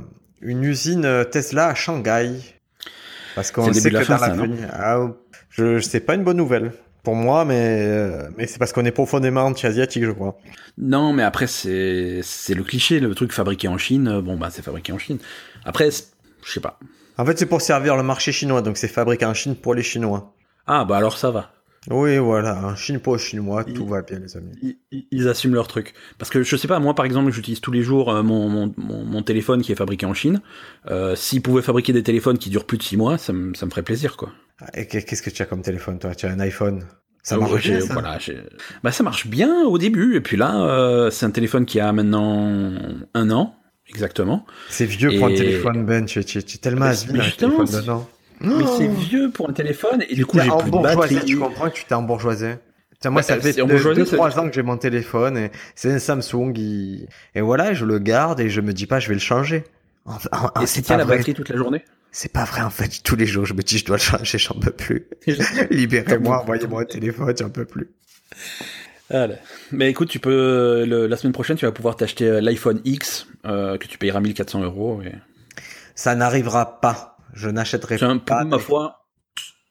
Speaker 1: une usine euh, Tesla à Shanghai. Parce
Speaker 2: C'est
Speaker 1: qu'on
Speaker 2: le
Speaker 1: sait
Speaker 2: début
Speaker 1: que
Speaker 2: de
Speaker 1: dans
Speaker 2: la fin,
Speaker 1: la
Speaker 2: ça, non
Speaker 1: colonie- Ah, je, je sais pas une bonne nouvelle pour moi, mais euh, mais c'est parce qu'on est profondément anti-asiatique, je crois.
Speaker 2: Non, mais après, c'est c'est le cliché, le truc fabriqué en Chine. euh, Bon, bah, c'est fabriqué en Chine. Après, c'est- je sais pas.
Speaker 1: En fait, c'est pour servir le marché chinois, donc c'est fabriqué en Chine pour les Chinois.
Speaker 2: Ah, bah alors ça va.
Speaker 1: Oui, voilà, en Chine pour les Chinois,
Speaker 2: Il-
Speaker 1: tout va bien, les amis.
Speaker 2: Ils, ils- ils assument leur truc. Parce que je sais pas, moi par exemple, j'utilise tous les jours euh, mon, mon, mon, mon téléphone qui est fabriqué en Chine. Euh, S'ils pouvaient fabriquer des téléphones qui durent plus de 6 mois, ça me ça me ferait plaisir, quoi.
Speaker 1: Et qu'est- qu'est-ce que tu as comme téléphone, toi Tu as un iPhone Ça
Speaker 2: Euh,
Speaker 1: marche
Speaker 2: j'ai-
Speaker 1: bien, ça
Speaker 2: voilà, j'ai- bah, ça marche bien au début, et puis là, euh, c'est un téléphone qui a maintenant un an, exactement.
Speaker 1: C'est vieux pour un
Speaker 2: Et-
Speaker 1: téléphone, Ben. Tu, tu, tu es tellement
Speaker 2: Mais-
Speaker 1: has-been
Speaker 2: mais
Speaker 1: avec le
Speaker 2: justement,
Speaker 1: téléphone
Speaker 2: c'est-
Speaker 1: dedans.
Speaker 2: Mais
Speaker 1: Non.
Speaker 2: c'est vieux pour un téléphone, et Oh. du coup,
Speaker 1: T'es
Speaker 2: j'ai plus de
Speaker 1: embourgeoisé,
Speaker 2: batterie. Bah,
Speaker 1: tu comprends que tu t'es embourgeoisé. Putain, moi,
Speaker 2: Ouais,
Speaker 1: ça fait
Speaker 2: c'est embourgeoisé, ça-
Speaker 1: 2-3 ans que j'ai mon téléphone et c'est un Samsung. il- Et voilà, je le garde et je me dis pas, je vais le changer. En- en- en-
Speaker 2: Et si
Speaker 1: c'est
Speaker 2: tu
Speaker 1: pas
Speaker 2: la
Speaker 1: vrai.
Speaker 2: batterie toute la journée
Speaker 1: C'est pas vrai, en fait. Tous les jours, je me dis, je dois le changer, j'en peux
Speaker 2: <laughs>
Speaker 1: plus. Libérez-moi, envoyez-moi un téléphone, j'en peux plus.
Speaker 2: Voilà. Mais écoute, tu peux le- la semaine prochaine, tu vas pouvoir t'acheter euh, l'iPhone X euh, que tu payeras 1400 euros. et-
Speaker 1: Ça n'arrivera pas. Je n'achèterai
Speaker 2: C'est un,
Speaker 1: pas.
Speaker 2: ma foi,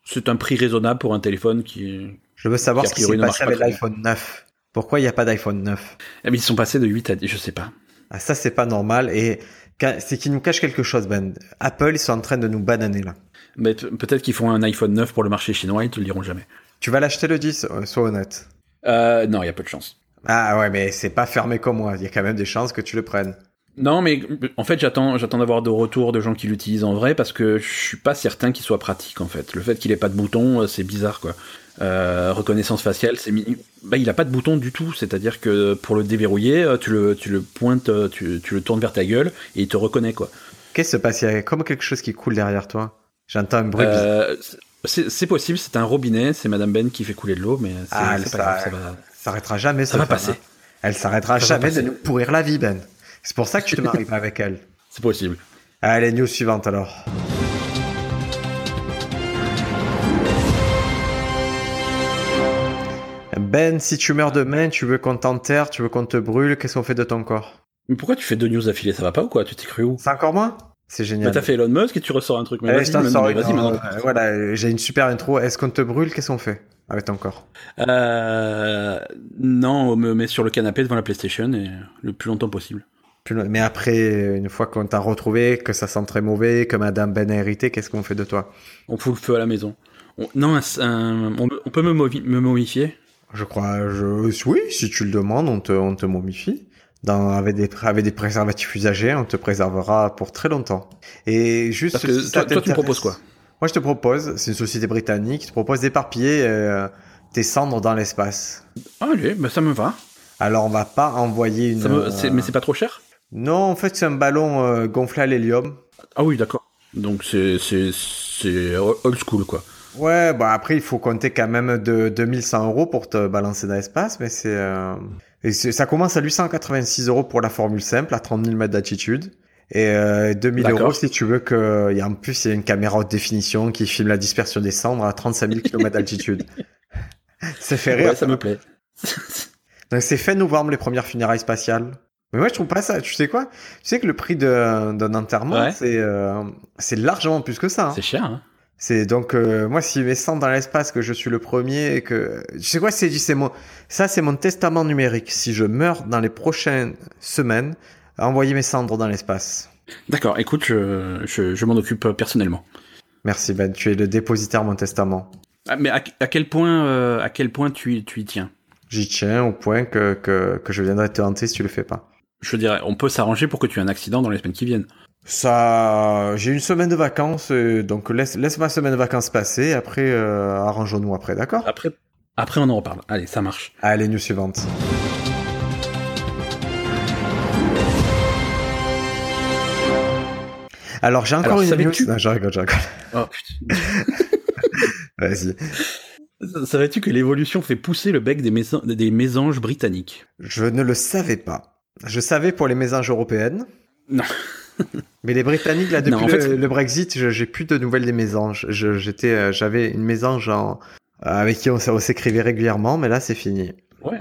Speaker 2: c'est un prix raisonnable pour un téléphone qui. eh
Speaker 1: Je veux savoir
Speaker 2: qui, a
Speaker 1: ce qui
Speaker 2: priori,
Speaker 1: s'est
Speaker 2: ne
Speaker 1: passé
Speaker 2: marche
Speaker 1: avec
Speaker 2: pas
Speaker 1: l'iPhone 9. Pourquoi il n'y a pas d'iPhone 9?
Speaker 2: Eh bien, ils sont passés de 8 à 10, je sais pas.
Speaker 1: Ah, ça, c'est pas normal. Et ca- c'est qu'ils nous cachent quelque chose, Ben. Apple, ils sont en train de nous bananer, là.
Speaker 2: Mais pe- peut-être qu'ils font un iPhone 9 pour le marché chinois, ils te le diront jamais.
Speaker 1: Tu vas l'acheter le 10, euh, sois honnête.
Speaker 2: Euh, non, il y a peu de chance.
Speaker 1: Ah ouais, mais c'est pas fermé comme moi. Il y a quand même des chances que tu le prennes.
Speaker 2: Non, mais en fait, j'attends, j'attends d'avoir de retours de gens qui l'utilisent en vrai parce que je suis pas certain qu'il soit pratique en fait. Le fait qu'il ait pas de bouton, euh, c'est bizarre quoi. Euh, reconnaissance faciale, c'est mi- bah, il a pas de bouton du tout. C'est-à-dire que pour le déverrouiller, euh, tu le, tu le pointes, euh, tu, tu le tournes vers ta gueule et il te reconnaît quoi.
Speaker 1: Qu'est-ce qui se passe Il y a comme quelque chose qui coule derrière toi. J'entends un bruit. bizarre.
Speaker 2: Euh, c'est c'est possible, c'est un robinet, c'est Madame Ben qui fait couler de l'eau, mais c'est
Speaker 1: Ah,
Speaker 2: c'est
Speaker 1: ça-
Speaker 2: pas grave, ça va,
Speaker 1: Ça s'arrêtera jamais,
Speaker 2: Euh, ça
Speaker 1: cette
Speaker 2: va
Speaker 1: femme,
Speaker 2: passer.
Speaker 1: hein. Elle s'arrêtera
Speaker 2: Ça va
Speaker 1: jamais de
Speaker 2: passer.
Speaker 1: nous pourrir la vie, Ben. C'est pour ça que tu te maries pas avec elle.
Speaker 2: C'est possible.
Speaker 1: Allez, news suivante, alors. Ben, si tu meurs demain, tu veux qu'on t'enterre, tu veux qu'on te brûle, qu'est-ce qu'on fait de ton corps
Speaker 2: Mais pourquoi tu fais deux news affilées Ça va pas ou quoi Tu t'es cru où
Speaker 1: C'est encore moi C'est génial.
Speaker 2: Bah, T'as fait Elon Musk et tu ressors un truc. Mais
Speaker 1: Allez,
Speaker 2: vas-y,
Speaker 1: je t'en
Speaker 2: mais-
Speaker 1: sors
Speaker 2: mais
Speaker 1: une,
Speaker 2: vas-y,
Speaker 1: euh,
Speaker 2: maintenant.
Speaker 1: Voilà, euh, j'ai une super intro. Est-ce qu'on te brûle Qu'est-ce qu'on fait avec ton corps
Speaker 2: Euh, non, on me met sur le canapé devant la PlayStation et le plus longtemps possible.
Speaker 1: Plus loin. Mais après, une fois qu'on t'a retrouvé, que ça sent très mauvais, que Madame Ben a hérité, qu'est-ce qu'on fait de toi
Speaker 2: On fout le feu à la maison. On- non, un- un- on, on peut me, movi- me momifier.
Speaker 1: Je crois, je... oui, si tu le demandes, on te, on te momifie. Dans, avec, des, pré- avec des préservatifs usagés, on te préservera pour très longtemps. Et juste.
Speaker 2: Parce que
Speaker 1: si ça
Speaker 2: toi, toi, tu me
Speaker 1: t'intéresse-
Speaker 2: proposes quoi
Speaker 1: Moi, je te propose, c'est une société britannique qui te propose d'éparpiller euh, tes cendres dans l'espace.
Speaker 2: Allez, bah ça me va.
Speaker 1: Alors on va pas envoyer une.
Speaker 2: Ça me-
Speaker 1: euh,
Speaker 2: c'est- Mais c'est pas trop cher
Speaker 1: Non, en fait c'est un ballon euh, gonflé à l'hélium.
Speaker 2: Ah oui, d'accord. Donc c'est c'est- c'est old school, quoi.
Speaker 1: Ouais, bah après il faut compter quand même de 2100 euros pour te balancer dans l'espace, mais c'est euh, et c'est- ça commence à 886 euros pour la formule simple à 30 000 mètres d'altitude et euh, 2000
Speaker 2: D'accord.
Speaker 1: euros si tu veux que il y a en plus il y a une caméra haute définition qui filme la dispersion des cendres à 35 000 km d'altitude. <laughs> c'est fait rire.
Speaker 2: Ouais, ça me
Speaker 1: <laughs>
Speaker 2: plaît.
Speaker 1: Donc c'est fin novembre les premières funérailles spatiales. Mais moi je trouve pas ça. Tu sais quoi Tu sais que le prix de- d'un enterrement
Speaker 2: Ouais.
Speaker 1: c'est euh, c'est largement plus que ça. hein.
Speaker 2: c'est cher, hein.
Speaker 1: C'est donc euh, moi si mes cendres dans l'espace que je suis le premier et que tu sais quoi c'est c'est mon ça c'est mon testament numérique si je meurs dans les prochaines semaines envoyez mes cendres dans l'espace.
Speaker 2: D'accord, écoute, je, je, je m'en occupe personnellement.
Speaker 1: Merci Ben, tu es le dépositaire de mon testament.
Speaker 2: Ah, mais à, à quel point, euh, à quel point tu, y- tu y tiens
Speaker 1: J'y tiens au point que, que que je viendrai te hanter si tu le fais pas.
Speaker 2: Je dirais, on peut s'arranger pour que tu aies un accident dans les semaines qui viennent.
Speaker 1: Ça j'ai une semaine de vacances euh, donc laisse laisse ma semaine de vacances passer après euh, arrangeons-nous après d'accord
Speaker 2: Après, après on en reparle. Allez, ça marche.
Speaker 1: Allez news suivante. Alors j'ai encore
Speaker 2: Alors,
Speaker 1: une news.
Speaker 2: savais-tu-
Speaker 1: Non, je rigole, je rigole. <laughs>
Speaker 2: Oh, putain.
Speaker 1: Vas-y.
Speaker 2: Savais-tu que l'évolution fait pousser le bec des, mésan- des mésanges britanniques
Speaker 1: Je ne le savais pas. Je savais pour les mésanges européennes.
Speaker 2: Non.
Speaker 1: <laughs> Mais les Britanniques, là, depuis
Speaker 2: Non, en
Speaker 1: le,
Speaker 2: fait-
Speaker 1: le Brexit, je- j'ai plus de nouvelles des mésanges. Je- J'étais, euh, j'avais une mésange en- euh, avec qui on, s- on s'écrivait régulièrement, mais là, c'est fini.
Speaker 2: Ouais.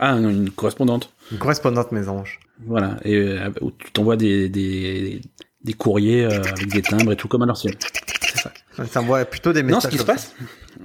Speaker 2: Ah, non, une correspondante.
Speaker 1: Une correspondante mésange.
Speaker 2: Voilà. Et euh, où tu t'envoies des, des, des courriers euh, avec des timbres et tout comme à l'ancienne. C'est ça.
Speaker 1: On t'envoie plutôt des messages.
Speaker 2: Non, ce qui se
Speaker 1: comme
Speaker 2: passe,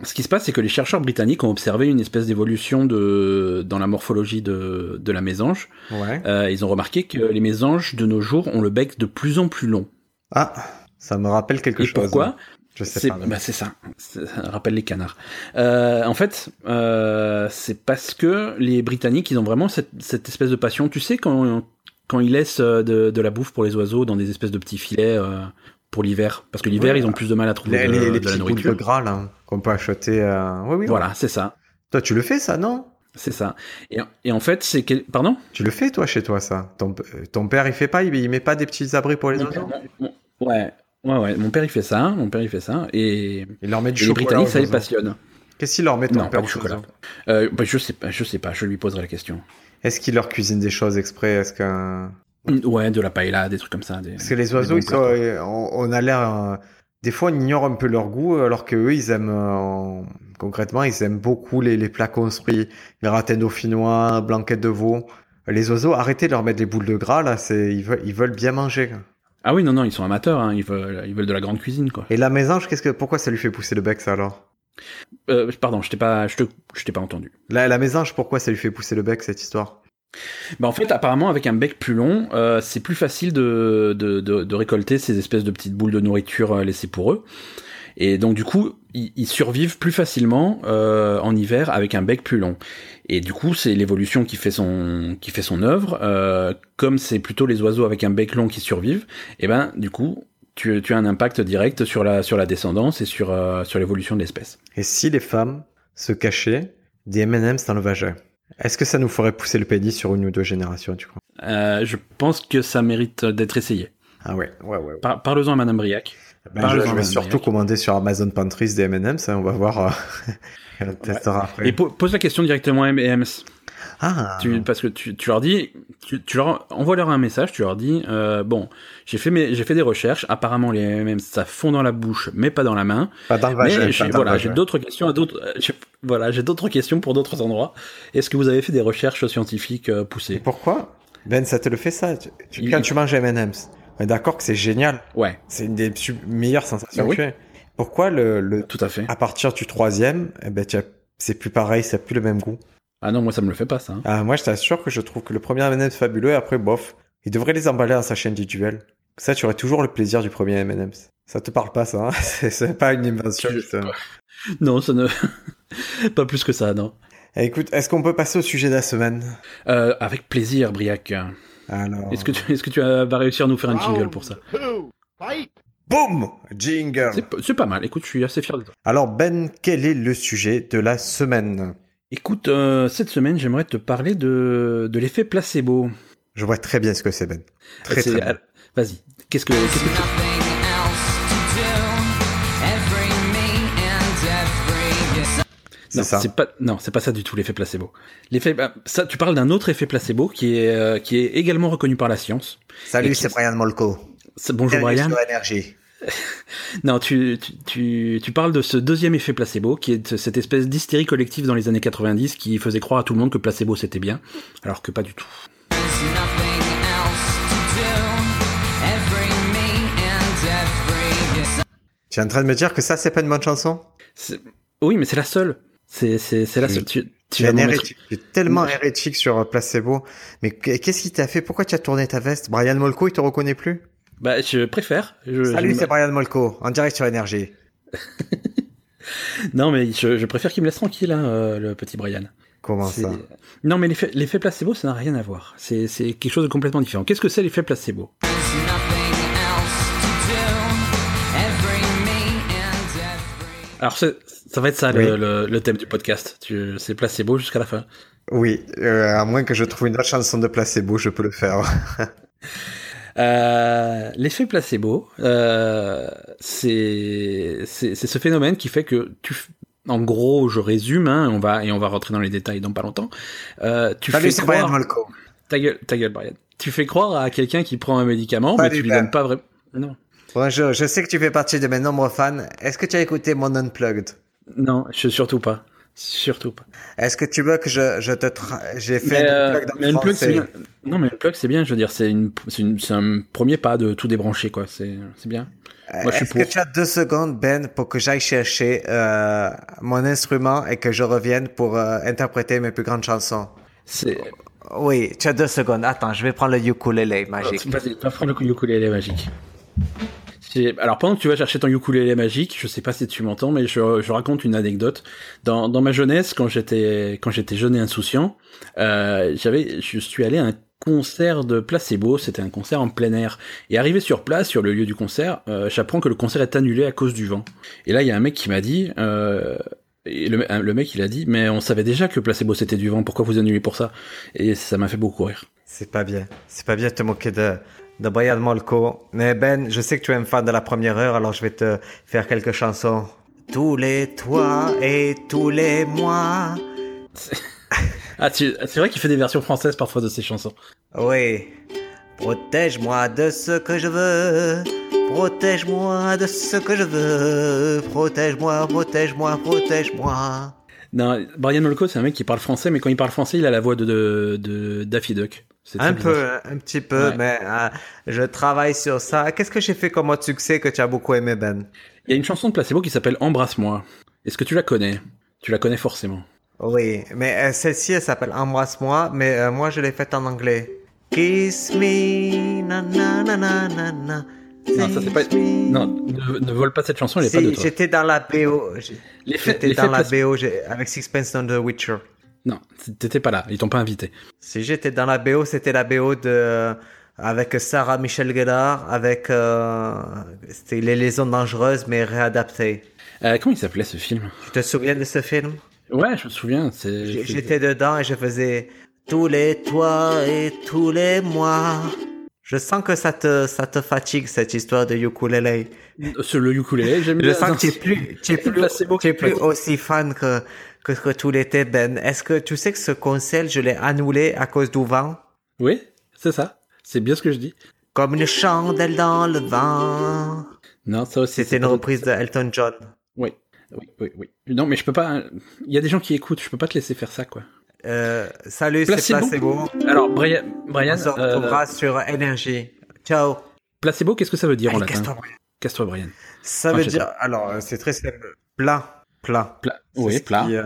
Speaker 2: ce qui se passe, c'est que les chercheurs britanniques ont observé une espèce d'évolution de dans la morphologie de, de la mésange.
Speaker 1: ça. Ouais.
Speaker 2: Euh, ils ont remarqué que les mésanges de nos jours ont le bec de plus en plus long.
Speaker 1: Ah, ça me rappelle quelque
Speaker 2: Et
Speaker 1: chose.
Speaker 2: pourquoi
Speaker 1: Je sais
Speaker 2: C'est
Speaker 1: pas.
Speaker 2: bah, c'est ça. C'est- Ça rappelle les canards. Euh, en fait, euh, c'est parce que les Britanniques, ils ont vraiment cette, cette espèce de passion. Tu sais, quand, quand ils laissent euh, de, de la bouffe pour les oiseaux dans des espèces de petits filets euh, pour l'hiver, parce que l'hiver,
Speaker 1: Ouais.
Speaker 2: ils ont plus de mal à
Speaker 1: Les,
Speaker 2: trouver de,
Speaker 1: les- les
Speaker 2: de la
Speaker 1: petits boules de
Speaker 2: nourriture.
Speaker 1: gras, là, qu'on peut acheter. euh, Oui, oui.
Speaker 2: Voilà, c'est ça.
Speaker 1: Toi, tu le fais, ça, non
Speaker 2: C'est ça. Et, et en fait, c'est... quel- Pardon
Speaker 1: Tu le fais, toi, chez toi, ça ton, euh, ton père, il fait pas, il, il met pas des petits abris pour les
Speaker 2: Mon père,
Speaker 1: oiseaux
Speaker 2: mon- mon- Ouais. Ouais, ouais, mon père il fait ça, hein, mon père il fait ça, et, et
Speaker 1: Il leur met du
Speaker 2: les
Speaker 1: chocolat.
Speaker 2: Britanniques ça
Speaker 1: aux
Speaker 2: les
Speaker 1: oiseaux.
Speaker 2: passionne.
Speaker 1: Qu'est-ce qu'il leur met ton
Speaker 2: Non,
Speaker 1: père
Speaker 2: pas du
Speaker 1: aux
Speaker 2: chocolat.
Speaker 1: oiseaux
Speaker 2: Euh, bah, je sais pas, je sais pas, je lui poserai la question.
Speaker 1: Est-ce qu'il leur cuisine des choses exprès Est-ce que...
Speaker 2: Ouais, de la paella, des trucs comme ça. des-
Speaker 1: Parce que les oiseaux,
Speaker 2: bons
Speaker 1: ils sont- euh, on, on a l'air... euh, Des fois, on ignore un peu leur goût, alors que eux, ils aiment... euh, Concrètement, ils aiment beaucoup les, les plats construits. Gratin dauphinois, blanquette de veau. Les oiseaux, arrêtez de leur mettre des boules de gras, là. c'est Ils veulent, ils veulent bien manger.
Speaker 2: Ah oui, non, non, ils sont amateurs, hein, ils, veulent, ils veulent de la grande cuisine, quoi.
Speaker 1: Et la mésange, qu'est-ce que... pourquoi ça lui fait pousser le bec, ça, alors
Speaker 2: Euh, pardon, je t'ai pas, je te, je t'ai pas entendu.
Speaker 1: la, la mésange, pourquoi ça lui fait pousser le bec, cette histoire
Speaker 2: Bah en fait, apparemment, avec un bec plus long, euh, c'est plus facile de, de, de, de récolter ces espèces de petites boules de nourriture euh, laissées pour eux. Et donc, du coup, ils, ils survivent plus facilement euh, en hiver avec un bec plus long. Et du coup, c'est l'évolution qui fait son qui fait son œuvre. Euh, comme c'est plutôt les oiseaux avec un bec long qui survivent, et ben, du coup, tu, tu as un impact direct sur la sur la descendance et sur euh, sur l'évolution de l'espèce.
Speaker 1: Et si les femmes se cachaient des M&M's dans le vagin Est-ce que ça nous ferait pousser le pénis sur une ou deux générations, tu crois
Speaker 2: Euh, je pense que ça mérite d'être essayé.
Speaker 1: Ah ouais, ouais, ouais. ouais.
Speaker 2: Par, parle-en à Madame Briac.
Speaker 1: Ben,
Speaker 2: Par
Speaker 1: je,
Speaker 2: exemple,
Speaker 1: je vais
Speaker 2: un
Speaker 1: surtout
Speaker 2: Briac.
Speaker 1: commander sur Amazon Pantries des M&M's, hein, on va voir. euh, <laughs> on testera après.
Speaker 2: Et po- pose la question directement à M&M's.
Speaker 1: Ah,
Speaker 2: Tu- parce que tu, tu leur dis, tu, tu leur envoies leur un message, tu leur dis, euh, bon, j'ai fait mes, j'ai fait des recherches. Apparemment, les M&M's ça fond dans la bouche, mais pas dans la main.
Speaker 1: pas dans le
Speaker 2: Mais
Speaker 1: vagin. pas
Speaker 2: j'ai,
Speaker 1: dans le
Speaker 2: voilà, j'ai
Speaker 1: vagin.
Speaker 2: d'autres questions à d'autres, euh, j'ai- voilà, j'ai d'autres questions pour d'autres endroits. Est-ce que vous avez fait des recherches scientifiques euh,
Speaker 1: Et
Speaker 2: poussées
Speaker 1: pourquoi Ben, ça te le fait ça tu- tu-
Speaker 2: Il-
Speaker 1: Quand
Speaker 2: il-
Speaker 1: tu manges M&M's, on est d'accord que c'est génial.
Speaker 2: Ouais,
Speaker 1: C'est une des su- meilleures sensations
Speaker 2: Ben oui.
Speaker 1: que tu aies. Pourquoi le, le-
Speaker 2: tout à fait.
Speaker 1: à partir du troisième, eh ben, tu as- c'est plus pareil, ça n'a plus le même goût
Speaker 2: Ah non, moi ça me le fait pas ça. hein.
Speaker 1: Ah, moi, je t'assure que je trouve que le premier M&M's fabuleux, et après, bof, il devrait les emballer dans sa chaîne du duel. Ça, tu aurais toujours le plaisir du premier M&M's. Ça te parle pas, ça, hein <laughs> C'est- C'est pas une invention.
Speaker 2: Je-
Speaker 1: qui te-
Speaker 2: Non, ça ne, <laughs> pas plus que ça, non.
Speaker 1: Eh, écoute, est-ce qu'on peut passer au sujet de la semaine
Speaker 2: Euh, avec plaisir, Briac.
Speaker 1: Alors...
Speaker 2: Est-ce que tu, est-ce que tu as- vas réussir à nous faire un jingle
Speaker 3: Round
Speaker 2: pour ça
Speaker 3: two, Fight!
Speaker 1: Boum Jingle
Speaker 2: C'est p- c'est pas mal. Écoute, je suis assez fier de toi.
Speaker 1: Alors Ben, quel est le sujet de la semaine
Speaker 2: Écoute, euh, cette semaine, j'aimerais te parler de, de l'effet placebo.
Speaker 1: Je vois très bien ce que c'est Ben. Très
Speaker 2: C'est-
Speaker 1: très bien.
Speaker 2: ah, Vas-y. Qu'est-ce que. qu'est-ce que-
Speaker 4: Nothing else to do. Every me and every you.
Speaker 1: C'est
Speaker 2: Non,
Speaker 1: ça.
Speaker 2: c'est pas non, c'est pas ça du tout l'effet placebo. L'effet bah, ça tu parles d'un autre effet placebo qui est euh, qui est également reconnu par la science.
Speaker 1: Salut,
Speaker 2: Et
Speaker 1: c'est
Speaker 2: qui-
Speaker 1: Brian Molko.
Speaker 2: C'est- Bonjour
Speaker 1: Bienvenue
Speaker 2: Brian.
Speaker 1: sur NRJ.
Speaker 2: Non, tu, tu, tu, tu parles de ce deuxième effet placebo, qui est de cette espèce d'hystérie collective dans les années 90 qui faisait croire à tout le monde que placebo c'était bien, alors que pas du tout.
Speaker 4: There's nothing else to do. Every me and every you.
Speaker 1: Tu es en train de me dire que ça, c'est pas une bonne chanson
Speaker 2: C'est- Oui, mais c'est la seule. C'est, c'est, c'est la
Speaker 1: Tu-
Speaker 2: seule. Tu, tu
Speaker 1: Tu es, un
Speaker 2: vas m'en mettre-
Speaker 1: hérétique. Tu es tellement
Speaker 2: Je-
Speaker 1: hérétique sur euh, Placebo. Mais qu- qu'est-ce qui t'a fait Pourquoi tu as tourné ta veste Brian Molko, il te reconnaît plus
Speaker 2: Bah, je préfère. Je,
Speaker 1: Salut,
Speaker 2: Euh, je-
Speaker 1: c'est Brian Molko, en direct sur NRJ.
Speaker 2: Non, mais je, je préfère qu'il me laisse tranquille, hein, euh, le petit Brian.
Speaker 1: Comment
Speaker 2: C'est-
Speaker 1: ça
Speaker 2: Non, mais l'effet l'effet placebo, ça n'a rien à voir. C'est c'est quelque chose de complètement différent. Qu'est-ce que c'est l'effet placebo
Speaker 4: There's nothing else to do. Every me and every
Speaker 2: Alors, c'est- ça va être ça
Speaker 1: Oui.
Speaker 2: le, le- le thème du podcast. Tu- C'est placebo jusqu'à la fin.
Speaker 1: Oui, euh, à moins que je trouve une autre chanson de Placebo, je peux le faire.
Speaker 2: Euh, l'effet placebo, euh, c'est c'est c'est ce phénomène qui fait que tu, f- en gros, je résume, hein, on va et on va rentrer dans les détails dans pas longtemps. Euh, tu
Speaker 1: Salut,
Speaker 2: fais
Speaker 1: c'est
Speaker 2: croire-
Speaker 1: Brian Molko.
Speaker 2: ta gueule, ta gueule, Brian. Tu fais croire à quelqu'un qui prend un médicament,
Speaker 1: Salut,
Speaker 2: mais tu lui
Speaker 1: Ben.
Speaker 2: donnes pas vraiment. Non,
Speaker 1: Bonjour, je sais que tu fais partie de mes nombreux fans. Est-ce que tu as écouté mon Unplugged
Speaker 2: non, je, surtout pas, surtout pas.
Speaker 1: Est-ce que tu veux que je, je te... tra- J'ai fait
Speaker 2: Mais, euh,
Speaker 1: un Unplugged en
Speaker 2: mais Unplugged, c'est
Speaker 1: français.
Speaker 2: bien. Non, mais Unplugged, c'est bien. Je veux dire, c'est une, c'est une- c'est un premier pas de tout débrancher, quoi. C'est, c'est bien. Moi, je suis
Speaker 1: Euh, Est-ce que
Speaker 2: pour.
Speaker 1: tu as deux secondes, Ben, pour que j'aille chercher euh, mon instrument et que je revienne pour euh, interpréter mes plus grandes chansons
Speaker 2: C'est.
Speaker 1: Oui, tu as deux secondes. Attends, je vais prendre le ukulélé magique.
Speaker 2: Vas-y, va prendre le ukulélé magique. C'est- Alors pendant que tu vas chercher ton ukulélé magique, je sais pas si tu m'entends, mais je, je raconte une anecdote. Dans, dans ma jeunesse, quand j'étais quand j'étais jeune et insouciant, euh, j'avais je suis allé à un concert de placebo. C'était un concert en plein air. Et arrivé sur place, sur le lieu du concert, euh, j'apprends que le concert est annulé à cause du vent. Et là, il y a un mec qui m'a dit. Euh, et le, le mec, il a dit, mais on savait déjà que placebo c'était du vent. Pourquoi vous annulez pour ça Et ça m'a fait beaucoup rire.
Speaker 1: C'est pas bien. C'est pas bien de te moquer de, de Brian Molko. Mais Ben, je sais que tu es un fan de la première heure, alors je vais te faire quelques chansons. Tous les toits et tous les mois.
Speaker 2: Ah, tu- c'est vrai qu'il fait des versions françaises parfois de ses chansons.
Speaker 1: Oui. Protège-moi de ce que je veux. Protège-moi de ce que je veux. Protège-moi, protège-moi, protège-moi.
Speaker 2: Non, Brian Molko, c'est un mec qui parle français, mais quand il parle français, il a la voix de, de, de Daffy Duck. C'est très
Speaker 1: Un
Speaker 2: bizarre.
Speaker 1: peu, un petit peu,
Speaker 2: Ouais.
Speaker 1: mais euh, je travaille sur ça. Qu'est-ce que j'ai fait comme autre succès que tu as beaucoup aimé, Ben
Speaker 2: Il y a une chanson de Placebo qui s'appelle Embrasse-moi. Est-ce que tu la connais Tu la connais forcément.
Speaker 1: Oui, mais euh, celle-ci, elle s'appelle Embrasse-moi, mais euh, moi, je l'ai faite en anglais. Kiss me, na na na na na na.
Speaker 2: Non, ça, c'est pas-
Speaker 1: Kiss me.
Speaker 2: Non, ne, ne vole pas cette chanson, elle est
Speaker 1: Si,
Speaker 2: pas de toi.
Speaker 1: j'étais dans la BO. j'ai-
Speaker 2: L'effet-
Speaker 1: J'étais
Speaker 2: l'effet
Speaker 1: dans la
Speaker 2: Placebo-
Speaker 1: BO j'ai- avec Sixpence None the Witcher.
Speaker 2: Non, t'étais pas là, ils t'ont pas invité.
Speaker 1: Si j'étais dans la BO, c'était la BO de euh, avec Sarah Michel Gellar, avec euh, c'était les liaisons dangereuses mais réadaptées.
Speaker 2: Euh, comment il s'appelait ce film
Speaker 1: Tu te souviens de ce film
Speaker 2: Ouais, je me souviens. c'est-
Speaker 1: J-
Speaker 2: c'est-
Speaker 1: J'étais dedans et je faisais tous les toits et tous les mois. Je sens que ça te ça te fatigue cette histoire de ukulélé.
Speaker 2: Sur le ukulélé, j'aime
Speaker 1: Je
Speaker 2: bien.
Speaker 1: sens
Speaker 2: Non,
Speaker 1: que tu es
Speaker 2: c'est-
Speaker 1: plus tu es plus,
Speaker 2: Placebo
Speaker 1: tu es
Speaker 2: qui
Speaker 1: plus
Speaker 2: passe.
Speaker 1: aussi fan que que, que tu l'étais Ben. Est-ce que tu sais que ce concert je l'ai annulé à cause du vent?
Speaker 2: Oui, c'est ça. C'est bien ce que je dis.
Speaker 1: Comme une chandelle dans le vent.
Speaker 2: Non, ça aussi.
Speaker 1: C'était
Speaker 2: c'est
Speaker 1: une
Speaker 2: pas-
Speaker 1: reprise de Elton John.
Speaker 2: Oui, oui, oui, oui. Non, mais je peux pas. Il y a des gens qui écoutent, je peux pas te laisser faire ça, quoi.
Speaker 1: Euh, salut, c'est
Speaker 2: Placebo.
Speaker 1: Placebo.
Speaker 2: Alors, Brian, Brian,
Speaker 1: On se
Speaker 2: euh,
Speaker 1: retrouvera sur Énergie. Ciao.
Speaker 2: placebo, qu'est-ce que ça veut dire en
Speaker 1: Allez,
Speaker 2: latin
Speaker 1: casse-toi.
Speaker 2: Casse-toi, Brian.
Speaker 1: Ça
Speaker 2: Ah,
Speaker 1: veut
Speaker 2: je sais
Speaker 1: dire... Alors, euh, c'est très simple. Plat. Plat.
Speaker 2: Pla-
Speaker 1: C'est
Speaker 2: oui,
Speaker 1: ce
Speaker 2: plat.
Speaker 1: qui, euh,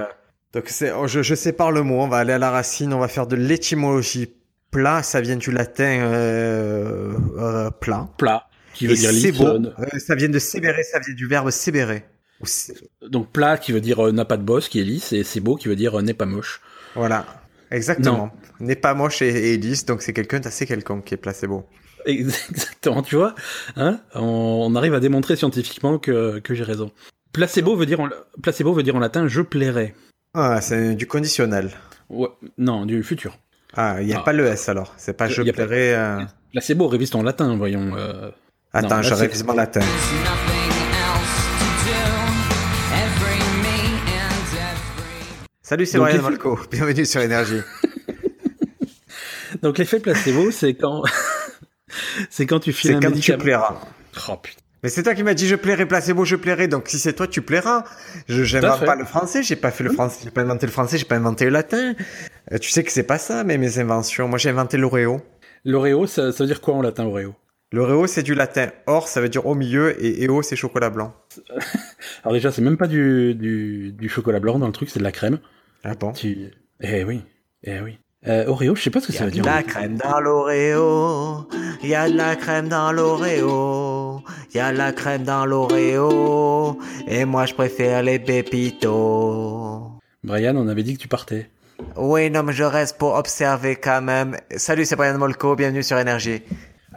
Speaker 1: Donc, c'est... oh, je, je sépare le mot. On va aller à la racine. On va faire de l'étymologie. Plat, ça vient du latin euh, euh, plat.
Speaker 2: Plat, qui veut
Speaker 1: Et
Speaker 2: dire
Speaker 1: c'est
Speaker 2: lisse.
Speaker 1: bon.
Speaker 2: euh,
Speaker 1: Euh, ça vient de sébérer. Ça vient du verbe sébérer. Ou sé-
Speaker 2: Donc, plat, qui veut dire euh, n'a pas de bosse, qui est lisse, et c'est beau, qui veut dire euh, n'est pas moche. <laughs>
Speaker 1: Voilà. Exactement. N'est pas moche et, et lisse, donc c'est quelqu'un d'assez quelconque qui est placebo.
Speaker 2: Exactement, tu vois. Hein on, on arrive à démontrer scientifiquement que, que j'ai raison. Placebo veut, dire en, placebo veut dire en latin je plairai.
Speaker 1: Ah, c'est du conditionnel.
Speaker 2: Ouais, non, du futur.
Speaker 1: Ah, il n'y a
Speaker 2: Ah.
Speaker 1: pas le S alors. C'est pas
Speaker 2: Y-
Speaker 1: je
Speaker 2: y a pas-
Speaker 1: plairai. euh,
Speaker 2: Placebo révise en latin, voyons. euh.
Speaker 1: Attends,
Speaker 2: là,
Speaker 1: je
Speaker 2: c'est-
Speaker 1: révise mon latin.
Speaker 4: There's nothing else to do. Every me and every.
Speaker 1: Salut, c'est
Speaker 2: Donc,
Speaker 1: Brian
Speaker 2: les-
Speaker 1: Malco. <laughs> Bienvenue sur Énergie.
Speaker 2: Donc l'effet <laughs> placebo, c'est quand. c'est quand tu files
Speaker 1: C'est
Speaker 2: un
Speaker 1: quand tu
Speaker 2: médicament.
Speaker 1: plairas.
Speaker 2: Oh, putain.
Speaker 1: Mais c'est toi qui m'as dit je plairai, placebo, je plairai. Donc si c'est toi, tu plairas. Je
Speaker 2: Tout à
Speaker 1: j'invente
Speaker 2: fait.
Speaker 1: pas le français, j'ai pas fait le français, j'ai pas inventé le français, j'ai pas inventé le latin. Euh, tu sais que c'est pas ça, mais mes inventions. Moi, j'ai inventé l'Oreo.
Speaker 2: L'Oreo, ça, ça veut dire quoi en latin, Oreo
Speaker 1: L'Oreo, c'est du latin. Or, ça veut dire au milieu, et EO, c'est chocolat blanc.
Speaker 2: Alors déjà, c'est même pas du, du, du chocolat blanc dans le truc, c'est de la crème.
Speaker 1: Ah bon
Speaker 2: Tu... Eh oui, eh oui. Euh, Oreo, je sais pas ce que ça veut dire.
Speaker 1: crème dans l'Oreo, il y a de la crème dans l'Oreo, il y a de la crème dans l'Oreo, et moi je préfère les pépitos.
Speaker 2: Brian, on avait dit que tu partais.
Speaker 1: Oui, non, mais je reste pour observer quand même. Salut, c'est Brian Molko, bienvenue sur Énergie.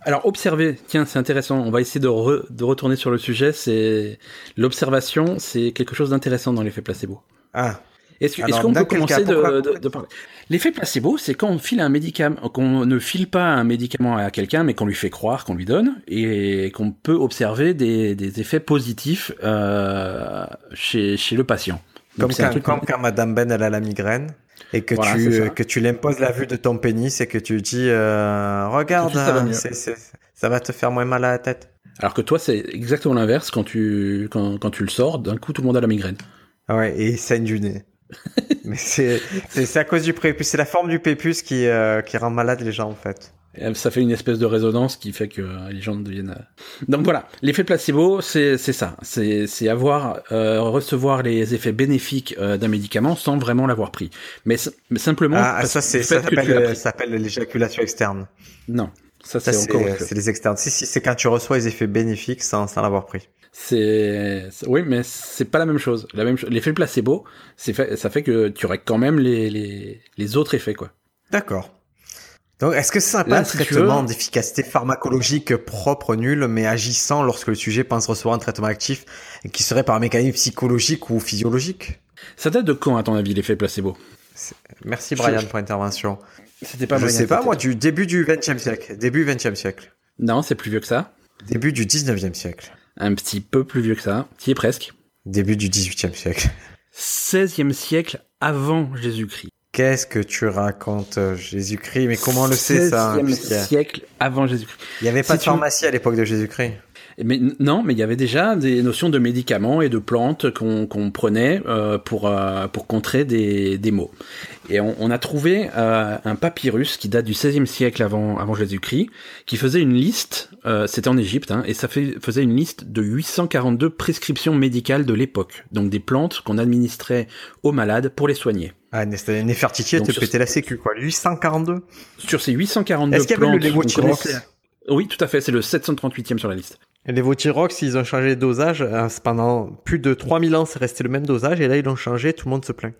Speaker 2: Alors, observer, tiens, c'est intéressant. On va essayer de, re- de retourner sur le sujet. C'est l'observation, c'est quelque chose d'intéressant dans l'effet placebo.
Speaker 1: Ah,
Speaker 2: Est-ce que-
Speaker 1: Alors,
Speaker 2: est-ce qu'on
Speaker 1: dans
Speaker 2: peut
Speaker 1: quel
Speaker 2: commencer
Speaker 1: cas
Speaker 2: de,
Speaker 1: Pourquoi-
Speaker 2: de- de parler L'effet placebo, c'est quand on file un médicament, qu'on ne file pas un médicament à quelqu'un, mais qu'on lui fait croire, qu'on lui donne, et qu'on peut observer des, des effets positifs euh, chez, chez le patient. Donc,
Speaker 1: comme
Speaker 2: c'est un
Speaker 1: quand,
Speaker 2: truc
Speaker 1: comme quand Madame Ben, elle a la migraine, et que
Speaker 2: Voilà,
Speaker 1: tu
Speaker 2: c'est ça.
Speaker 1: euh, que tu l'imposes la vue de ton pénis et que tu dis euh, regarde,
Speaker 2: Tout de suite, ça va
Speaker 1: hein,
Speaker 2: mieux.
Speaker 1: c'est- c'est- ça va te faire moins mal à la tête.
Speaker 2: Alors que toi, c'est exactement l'inverse. Quand tu, quand, quand tu le sors, d'un coup, tout le monde a la migraine.
Speaker 1: Ah ouais, et il saigne du
Speaker 2: <laughs>
Speaker 1: nez. Mais c'est c'est c'est à cause du prépuce, c'est la forme du pépus qui euh, qui rend malade les gens en fait.
Speaker 2: Et ça fait une espèce de résonance qui fait que euh, les gens deviennent. euh. Donc voilà, l'effet placebo, c'est c'est ça. C'est c'est avoir euh, recevoir les effets bénéfiques euh, d'un médicament sans vraiment l'avoir pris. Mais, s- mais simplement.
Speaker 1: ah
Speaker 2: parce
Speaker 1: ça
Speaker 2: que
Speaker 1: c'est
Speaker 2: le
Speaker 1: ça
Speaker 2: fait que tu l'as
Speaker 1: s'appelle euh,
Speaker 2: pris.
Speaker 1: ça s'appelle l'éjaculation externe.
Speaker 2: Non, ça,
Speaker 1: Ça
Speaker 2: c'est
Speaker 1: c'est
Speaker 2: encore. autre
Speaker 1: euh,
Speaker 2: chose.
Speaker 1: c'est les externes. Si si c'est quand tu reçois les effets bénéfiques sans sans l'avoir pris.
Speaker 2: C'est c'est- oui, mais c'est pas la même chose. La même cho- l'effet placebo, c'est fait, ça fait que tu aurais quand même les les les autres effets quoi.
Speaker 1: D'accord. Donc, est-ce que ça n'a pas
Speaker 2: Là,
Speaker 1: un
Speaker 2: si tu
Speaker 1: traitement
Speaker 2: veux-
Speaker 1: d'efficacité pharmacologique propre nul, mais agissant lorsque le sujet pense recevoir un traitement actif qui serait par un mécanisme psychologique ou physiologique
Speaker 2: Ça date de quand à ton avis l'effet placebo
Speaker 1: Merci
Speaker 2: Je-
Speaker 1: Brian pour l'intervention.
Speaker 2: C'était pas
Speaker 1: Je
Speaker 2: Brian,
Speaker 1: sais pas,
Speaker 2: peut-être.
Speaker 1: moi, du début du 20e siècle. Début 20e siècle.
Speaker 2: Non, c'est plus vieux que ça.
Speaker 1: Début du 19e siècle.
Speaker 2: Un petit peu plus vieux que ça. Qui est presque.
Speaker 1: Début du 18e siècle.
Speaker 2: 16e siècle avant Jésus-Christ.
Speaker 1: Qu'est-ce que tu racontes, euh, Jésus-Christ Mais comment on le sait, ça hein,
Speaker 2: 16e
Speaker 1: putain
Speaker 2: siècle avant Jésus-Christ.
Speaker 1: Il n'y avait pas
Speaker 2: Si
Speaker 1: de
Speaker 2: tu-
Speaker 1: pharmacie à l'époque de Jésus-Christ.
Speaker 2: Mais n- non, mais il y avait déjà des notions de médicaments et de plantes qu'on qu'on prenait euh, pour euh, pour contrer des, des maux. Et on, on a trouvé euh, un papyrus qui date du 16e siècle avant avant Jésus-Christ, qui faisait une liste. euh, C'était en Égypte, hein, et ça fait, faisait une liste de 842 prescriptions médicales de l'époque, donc des plantes qu'on administrait aux malades pour les soigner.
Speaker 1: Ah, Né- Néfertiti, elle
Speaker 2: Donc,
Speaker 1: te
Speaker 2: sur-
Speaker 1: pétait la sécu, quoi. 842.
Speaker 2: Sur ces 842
Speaker 1: Est-ce qu'il y avait
Speaker 2: plantes,
Speaker 1: le
Speaker 2: qu'on
Speaker 1: Levothyrox
Speaker 2: connaissait- Oui, tout à fait, c'est le 738e sur la liste.
Speaker 1: Les Votirox, ils ont changé de dosage. Euh, c'est Pendant plus de 3000 ans, c'est resté le même dosage. Et là, ils l'ont changé. Tout le monde se plaint.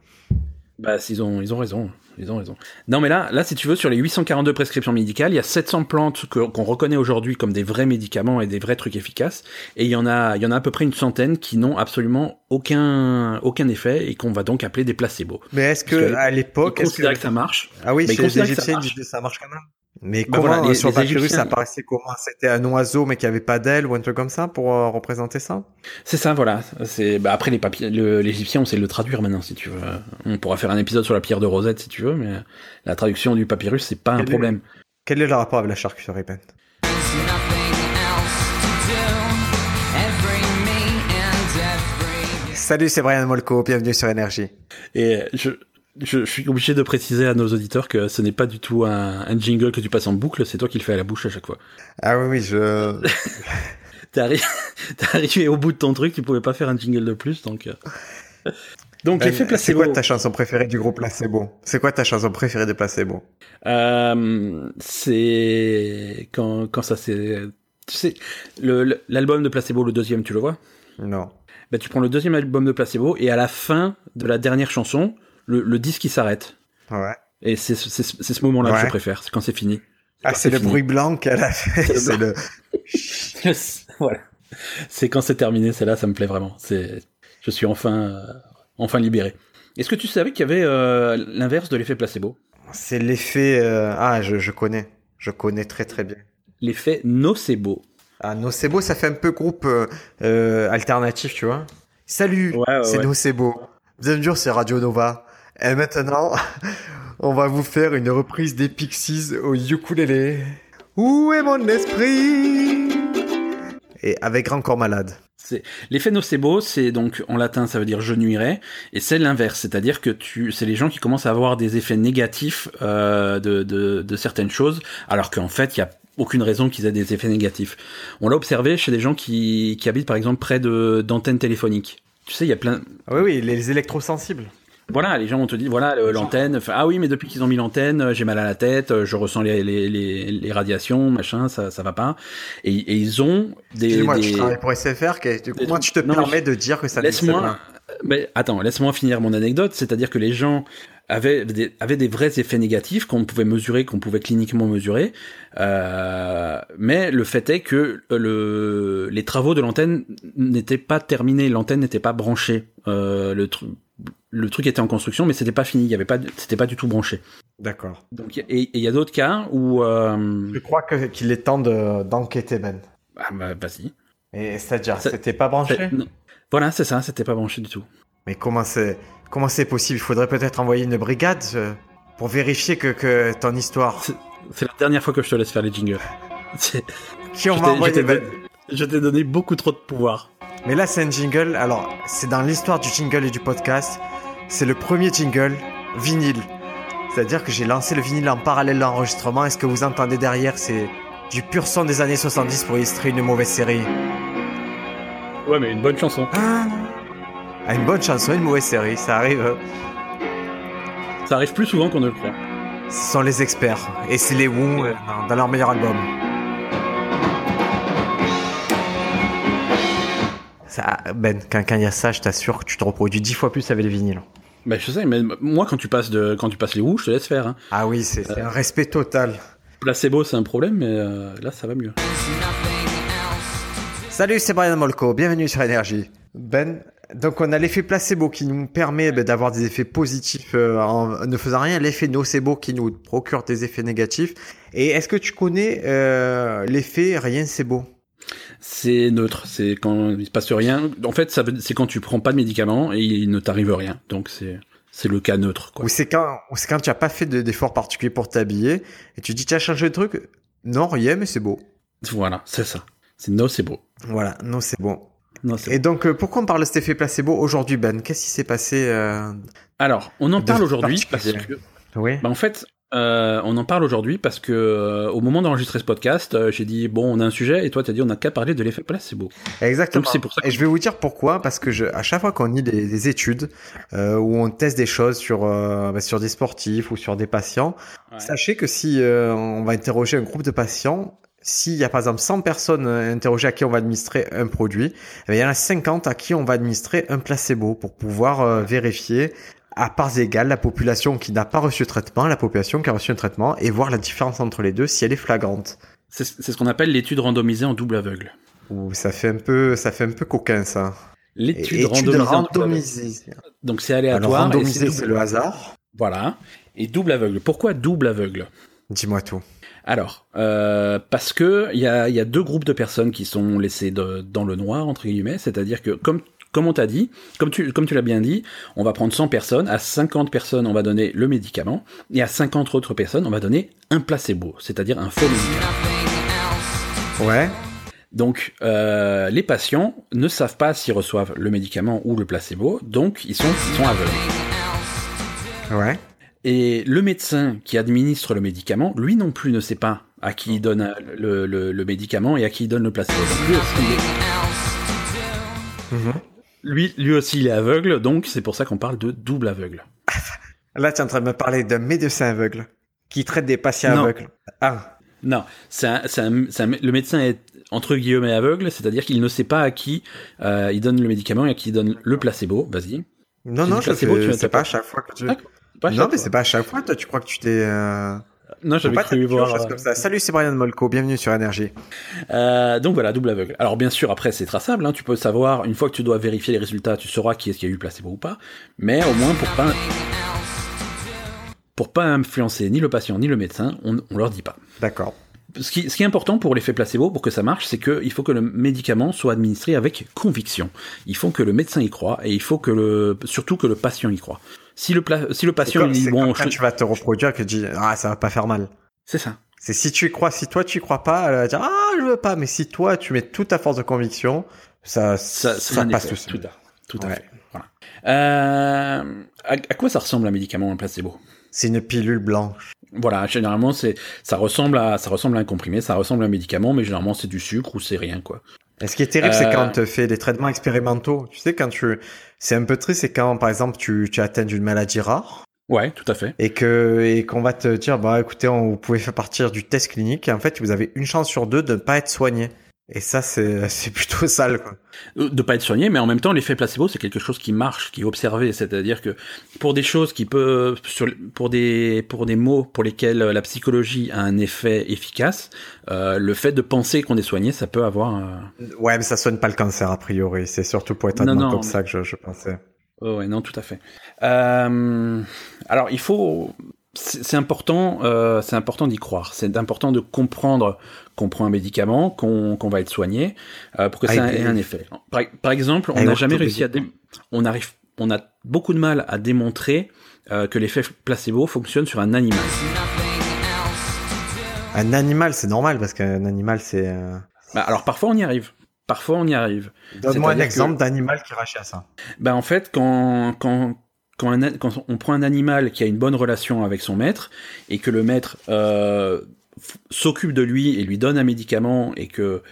Speaker 2: Bah, ils ont, ils ont raison. Ils ont raison. Non, mais là, là, si tu veux, sur les 842 prescriptions médicales, il y a 700 plantes que- qu'on reconnaît aujourd'hui comme des vrais médicaments et des vrais trucs efficaces. Et il y en a, il y en a à peu près une centaine qui n'ont absolument aucun, aucun effet et qu'on va donc appeler des placebos.
Speaker 1: Mais est-ce
Speaker 2: Parce
Speaker 1: que,
Speaker 2: que
Speaker 1: à
Speaker 2: Ils
Speaker 1: l'époque, est-ce
Speaker 2: considèrent
Speaker 1: que...
Speaker 2: Oh, que ça marche.
Speaker 1: ah oui,
Speaker 2: Bah, ils
Speaker 1: chez les
Speaker 2: considèrent que ça
Speaker 1: Égyptiens,
Speaker 2: marche.
Speaker 1: ils disaient ça marche quand même. Mais
Speaker 2: Bah
Speaker 1: comment
Speaker 2: voilà,
Speaker 1: euh,
Speaker 2: les-
Speaker 1: sur
Speaker 2: les
Speaker 1: papyrus,
Speaker 2: Égyptiens-
Speaker 1: ça paraissait comment C'était un oiseau mais qui avait pas d'aile ou un truc comme ça pour euh, représenter ça
Speaker 2: C'est ça, voilà. C'est, bah, après, les papiers, le- l'égyptien, on sait le traduire maintenant, si tu veux. On pourra faire un épisode sur la pierre de Rosette, si tu veux, mais la traduction du papyrus, c'est pas un
Speaker 1: Quel est-
Speaker 2: problème.
Speaker 1: Quel est le rapport avec la charcuterie Ben
Speaker 4: There's nothing else to do. Every me and every.
Speaker 1: Salut, c'est Brian Molko. Bienvenue sur Énergie.
Speaker 2: Et je, je, je suis obligé de préciser à nos auditeurs que ce n'est pas du tout un, un jingle que tu passes en boucle, c'est toi qui le fais à la bouche à chaque fois. <laughs>
Speaker 1: Ah oui, oui, je...
Speaker 2: T'es arri- <laughs> t'es arrivé au bout de ton truc, tu pouvais pas faire un jingle de plus, donc. euh. Donc
Speaker 1: Ben,
Speaker 2: l'effet
Speaker 1: c'est
Speaker 2: placebo.
Speaker 1: quoi ta chanson préférée du groupe Placebo C'est quoi ta chanson préférée de Placebo
Speaker 2: Euh, c'est quand quand ça c'est tu sais le- le- l'album de placebo le deuxième tu le vois
Speaker 1: Non.
Speaker 2: ben, tu prends le deuxième album de placebo et à la fin de la dernière chanson le, le disque il s'arrête
Speaker 1: Ouais.
Speaker 2: Et c'est c'est- c'est- c'est ce moment-là que
Speaker 1: Ouais.
Speaker 2: je préfère, c'est quand c'est fini.
Speaker 1: Ah, c'est le
Speaker 2: fini.
Speaker 1: bruit blanc qu'elle a fait.
Speaker 2: C'est
Speaker 1: C'est le...
Speaker 2: Yes, <laughs> voilà. C'est quand c'est terminé, c'est là, ça me plaît vraiment. C'est, je suis enfin, euh, enfin libéré. Est-ce que tu savais qu'il y avait euh, l'inverse de l'effet placebo,
Speaker 1: C'est l'effet. euh, Ah, je, je connais. Je connais très très bien.
Speaker 2: l'effet nocebo
Speaker 1: Ah, Nocebo, ça fait un peu groupe euh, euh, alternatif, tu vois. Salut,
Speaker 2: Ouais, ouais,
Speaker 1: c'est
Speaker 2: ouais.
Speaker 1: Nocebo. Bienvenue, c'est Radio Nova. Et maintenant, <laughs> on va vous faire une reprise des Pixies au ukulélé. Où est mon esprit Et avec Grand Corps Malade.
Speaker 2: C'est l'effet nocebo, c'est donc en latin ça veut dire je nuirai, et c'est l'inverse, c'est-à-dire que tu, c'est les gens qui commencent à avoir des effets négatifs euh, de, de, de certaines choses, alors qu'en fait il y a aucune raison qu'ils aient des effets négatifs. On l'a observé chez des gens qui, qui habitent par exemple près de d'antennes téléphoniques. Tu sais, il y a plein,
Speaker 1: Ah oui, oui, les électrosensibles.
Speaker 2: Voilà, les gens vont te dire, voilà, le- l'antenne, enfin, ah oui, mais depuis qu'ils ont mis l'antenne, euh, j'ai mal à la tête, euh, je ressens les, les, les, les radiations, machin, ça, ça va pas. Et, et ils ont des...
Speaker 1: Excuse-moi,
Speaker 2: des-
Speaker 1: tu travailles pour SFR, que- tu- comment
Speaker 2: trucs-
Speaker 1: tu te
Speaker 2: non, mais
Speaker 1: permets de dire que ça ne sert à rien
Speaker 2: Laisse-moi... Mais attends, laisse-moi finir mon anecdote, c'est-à-dire que les gens avaient des, avaient des vrais effets négatifs qu'on pouvait mesurer, qu'on pouvait cliniquement mesurer, euh, mais le fait est que le, les travaux de l'antenne n'étaient pas terminés, l'antenne n'était pas branchée, euh, le, tru- le truc était en construction, mais c'était pas fini, il y avait pas, de- c'était pas du tout branché.
Speaker 1: D'accord.
Speaker 2: Donc, et et il y a d'autres cas où. Euh,
Speaker 1: Je crois que- qu'il est temps de- d'enquêter, Ben.
Speaker 2: ah, bah, vas-y.
Speaker 1: Et c'est-à-dire,
Speaker 2: Ça-
Speaker 1: c'était pas branché
Speaker 2: Non. Voilà, c'est ça, c'était pas branché du tout.
Speaker 1: Mais comment c'est comment c'est possible Il faudrait peut-être envoyer une brigade euh, pour vérifier que, que ton histoire.
Speaker 2: C'est la dernière fois que je te laisse faire les jingles. <laughs> C'est-
Speaker 1: Qui on
Speaker 2: je
Speaker 1: va
Speaker 2: t'ai- je
Speaker 1: envoyer
Speaker 2: t'ai
Speaker 1: Ben
Speaker 2: don- Je t'ai donné beaucoup trop de pouvoir.
Speaker 1: Mais là, c'est un jingle. Alors, c'est dans l'histoire du jingle et du podcast. C'est le premier jingle vinyle. C'est-à-dire que j'ai lancé le vinyle en parallèle de l'enregistrement. Et ce que vous entendez derrière, c'est du pur son des années 70 pour illustrer une mauvaise série.
Speaker 2: Ouais, mais une bonne chanson.
Speaker 1: Ah Ah, une bonne chanson, une mauvaise série, ça arrive. hein.
Speaker 2: Ça arrive plus souvent qu'on ne le croit.
Speaker 1: Ce sont les experts. Et c'est les Woo euh, dans- dans leur meilleur album. Ça, ben, quand il y a ça, je t'assure que tu te reproduis dix fois plus avec les vinyles.
Speaker 2: Bah, je sais, mais moi, quand tu passes, de, quand tu passes les roues, je te laisse faire. hein.
Speaker 1: Ah oui, c'est c'est un respect total.
Speaker 2: Placebo, c'est un problème, mais euh, là, ça va mieux.
Speaker 4: There's nothing else to do.
Speaker 1: Salut, c'est Brian Molko, bienvenue sur Énergie. Ben, donc on a l'effet placebo qui nous permet ben, d'avoir des effets positifs euh, en ne faisant rien, l'effet nocebo qui nous procure des effets négatifs. Et est-ce que tu connais euh, l'effet rien c'est beau
Speaker 2: C'est neutre, c'est quand il se passe rien. En fait, ça veut- c'est quand tu prends pas de médicaments et il ne t'arrive rien. Donc, c'est c'est le cas neutre, quoi.
Speaker 1: Ou c'est quand, ou c'est quand tu as pas fait de- d'effort particulier pour t'habiller et tu dis tiens changé de truc Non, rien, mais c'est beau.
Speaker 2: Voilà, c'est ça. C'est nocebo.
Speaker 1: Voilà, non, c'est bon.
Speaker 2: Non, c'est
Speaker 1: Et donc, euh, pourquoi on parle de cet effet placebo aujourd'hui, Ben Qu'est-ce qui s'est passé euh,
Speaker 2: Alors, on en
Speaker 1: De
Speaker 2: parle aujourd'hui parce
Speaker 1: particulier.
Speaker 2: que,
Speaker 1: Oui.
Speaker 2: bah, en fait, euh, on en parle aujourd'hui parce que euh, au moment d'enregistrer ce podcast, euh, j'ai dit bon, on a un sujet et toi t'as dit on n'a qu'à parler de l'effet placebo.
Speaker 1: Exactement.
Speaker 2: Donc, c'est pour ça que-
Speaker 1: Et je vais vous dire pourquoi, parce que je, à chaque fois qu'on lit des, des études euh, où on teste des choses sur euh, bah, sur des sportifs ou sur des patients,
Speaker 2: Ouais.
Speaker 1: sachez que si euh, on va interroger un groupe de patients, s'il y a par exemple 100 personnes euh, interrogées à qui on va administrer un produit, eh bien, il y en a 50 à qui on va administrer un placebo pour pouvoir euh, vérifier à parts égales la population qui n'a pas reçu de traitement, la population qui a reçu un traitement et voir la différence entre les deux si elle est flagrante.
Speaker 2: C'est c'est ce qu'on appelle l'étude randomisée en double aveugle.
Speaker 1: Ouh, ça fait un peu ça fait un peu coquin ça. Et-
Speaker 2: L'étude
Speaker 1: étude
Speaker 2: randomisée. en double aveugle.
Speaker 1: randomisée.
Speaker 2: Donc c'est
Speaker 1: Alors,
Speaker 2: aléatoire. et
Speaker 1: randomisée,
Speaker 2: double-
Speaker 1: c'est le hasard.
Speaker 2: Voilà. Et double aveugle. Pourquoi double aveugle
Speaker 1: Dis-moi tout.
Speaker 2: Alors, euh, parce que il y a, il y a deux groupes de personnes qui sont laissées de- dans le noir entre guillemets, c'est-à-dire que comme comme on t'a dit, comme tu comme tu l'as bien dit, on va prendre 100 personnes, à 50 personnes on va donner le médicament et à 50 autres personnes on va donner un placebo, c'est-à-dire un faux médicament.
Speaker 1: Ouais.
Speaker 2: Donc euh, les patients ne savent pas s'ils reçoivent le médicament ou le placebo, donc ils sont ils sont aveugles.
Speaker 1: Ouais.
Speaker 2: Et le médecin qui administre le médicament, lui non plus ne sait pas à qui il donne euh, le, le- le médicament et à qui il donne le placebo. Donc, Lui aussi, il est- Mhm. lui, lui aussi, il est aveugle, donc c'est pour ça qu'on parle de double aveugle.
Speaker 1: Là, tu es en train de me parler d'un médecin aveugle qui traite des patients
Speaker 2: Non.
Speaker 1: aveugles. Ah.
Speaker 2: Non, c'est un- c'est un- c'est un- le médecin est entre guillemets aveugle, c'est-à-dire qu'il ne sait pas à qui euh, il donne le médicament et à qui il donne le placebo. Vas-y.
Speaker 1: Non,
Speaker 2: Tu
Speaker 1: non,
Speaker 2: dis
Speaker 1: je
Speaker 2: placebo, tu Ah,
Speaker 1: sais,
Speaker 2: vas
Speaker 1: je sais
Speaker 2: taper.
Speaker 1: pas à chaque fois que tu.
Speaker 2: D'accord. Pas
Speaker 1: non, mais c'est pas à chaque fois. Toi, tu crois que tu t'es. euh,
Speaker 2: Non,
Speaker 1: faut
Speaker 2: j'avais
Speaker 1: pas
Speaker 2: cru
Speaker 1: t'habituer aux
Speaker 2: voir.
Speaker 1: choses comme ça. Salut, c'est Brian Molko. Bienvenue sur Énergie.
Speaker 2: Euh, donc voilà, double aveugle. Alors bien sûr, après c'est traçable, hein, tu peux savoir, une fois que tu dois vérifier les résultats, tu sauras qui est-ce qui a eu le placebo ou pas, mais au moins pour pas, pour pas influencer ni le patient ni le médecin, on, on leur dit pas.
Speaker 1: D'accord.
Speaker 2: Ce qui, ce qui est important pour l'effet placebo, pour que ça marche, c'est qu'il faut que le médicament soit administré avec conviction. Il faut que le médecin y croit et il faut que le, surtout que le patient y croit. Si le, pla- Ah, si le
Speaker 1: C'est
Speaker 2: patient
Speaker 1: comme,
Speaker 2: il dit
Speaker 1: c'est
Speaker 2: bon,
Speaker 1: comme quand
Speaker 2: je-
Speaker 1: tu vas te reproduire que tu dis ah ça va pas faire mal.
Speaker 2: c'est ça.
Speaker 1: C'est si tu y crois, si toi tu y crois pas, elle va dire ah je veux pas. Mais si toi tu mets toute ta force de conviction, ça ça,
Speaker 2: ça, ça a un
Speaker 1: passe
Speaker 2: effet,
Speaker 1: tout seul.
Speaker 2: à, tout à
Speaker 1: Ouais.
Speaker 2: fait. Voilà. Euh, à, à quoi ça ressemble un médicament, un placebo
Speaker 1: C'est une pilule blanche.
Speaker 2: Voilà, généralement c'est ça ressemble à ça ressemble à un comprimé, ça ressemble à un médicament, mais généralement c'est du sucre ou c'est rien quoi.
Speaker 1: Et ce qui est terrible, c'est
Speaker 2: Euh.
Speaker 1: quand on te fait des traitements expérimentaux. Tu sais, quand tu, c'est un peu triste, c'est quand, par exemple, tu, tu atteins d'une maladie rare
Speaker 2: Ouais, tout à fait.
Speaker 1: et que, et qu'on va te dire, bah, écoutez, on, vous pouvez faire partir du test clinique. Et en fait, vous avez une chance sur deux de ne pas être soigné. Et ça, c'est, <laughs> c'est plutôt sale, quoi.
Speaker 2: Euh, De pas être soigné, mais en même temps l'effet placebo c'est quelque chose qui marche, qui est observé, c'est-à-dire que pour des choses qui peuvent sur, pour des pour des mots pour lesquels la psychologie a un effet efficace, euh, le fait de penser qu'on est soigné, ça peut avoir un-
Speaker 1: Ouais, mais ça soigne pas le cancer, a priori. C'est surtout pour être
Speaker 2: Non, non,
Speaker 1: comme
Speaker 2: mais-
Speaker 1: ça que je, je pensais.
Speaker 2: Oh ouais, non, tout à fait. Euh, alors, il faut. C'est c'est important, euh, c'est important d'y croire. C'est important de comprendre qu'on prend un médicament, qu'on qu'on va être soigné, euh, pour que
Speaker 1: Ah,
Speaker 2: ça
Speaker 1: et- Ah,
Speaker 2: ait un effet. Par, par exemple, on
Speaker 1: Et
Speaker 2: n'a
Speaker 1: orthopédie.
Speaker 2: jamais réussi à. dé- On arrive, on a beaucoup de mal à démontrer euh, que l'effet placebo fonctionne sur un animal.
Speaker 1: Un animal, c'est normal parce qu'un animal, c'est, euh,
Speaker 2: Bah, alors, parfois, on y arrive. Parfois, on y arrive.
Speaker 1: Donne-moi un
Speaker 2: C'est-à-dire
Speaker 1: exemple d'animal qui rachète à ça.
Speaker 2: Ben en fait, quand, quand, quand, un a- quand on prend un animal qui a une bonne relation avec son maître et que le maître euh, f- s'occupe de lui et lui donne un médicament et que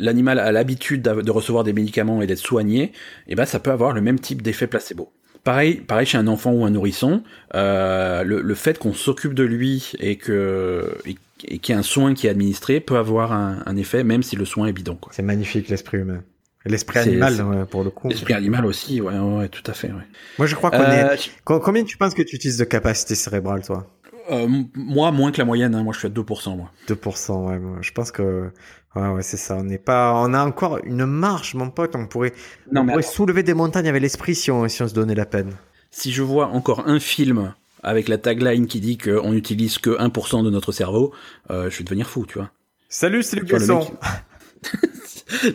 Speaker 2: l'animal a l'habitude d'av- de recevoir des médicaments et d'être soigné, et ben ça peut avoir le même type d'effet placebo. Pareil, pareil chez un enfant ou un nourrisson, euh, le, le fait qu'on s'occupe de lui et que et, et qu'il y a un soin qui est administré peut avoir un, un effet même si le soin est bidon. Quoi.
Speaker 1: C'est magnifique, l'esprit humain. Et L'esprit
Speaker 2: C'est-
Speaker 1: animal,
Speaker 2: c'est-
Speaker 1: ouais, pour le coup.
Speaker 2: L'esprit animal aussi, ouais, ouais, ouais, tout à fait. Ouais.
Speaker 1: Moi, je crois qu'on est,
Speaker 2: Euh,
Speaker 1: Co- Combien tu penses que tu utilises de capacité cérébrale, toi
Speaker 2: Euh, m- moi, moins que la moyenne. hein. Moi, je suis à 2%. Moi.
Speaker 1: 2%, ouais. moi, Je pense que... Ouais, ouais, c'est ça. On n'est pas... On a encore une marge, mon pote. On pourrait, on pourrait soulever des montagnes avec l'esprit si on, si on se donnait la peine.
Speaker 2: si je vois encore un film avec la tagline qui dit qu'on n'utilise que 1% de notre cerveau, euh, je vais devenir fou, tu vois.
Speaker 1: Salut, c'est Luc
Speaker 2: Toi, le mec-
Speaker 1: Besson.
Speaker 2: <laughs>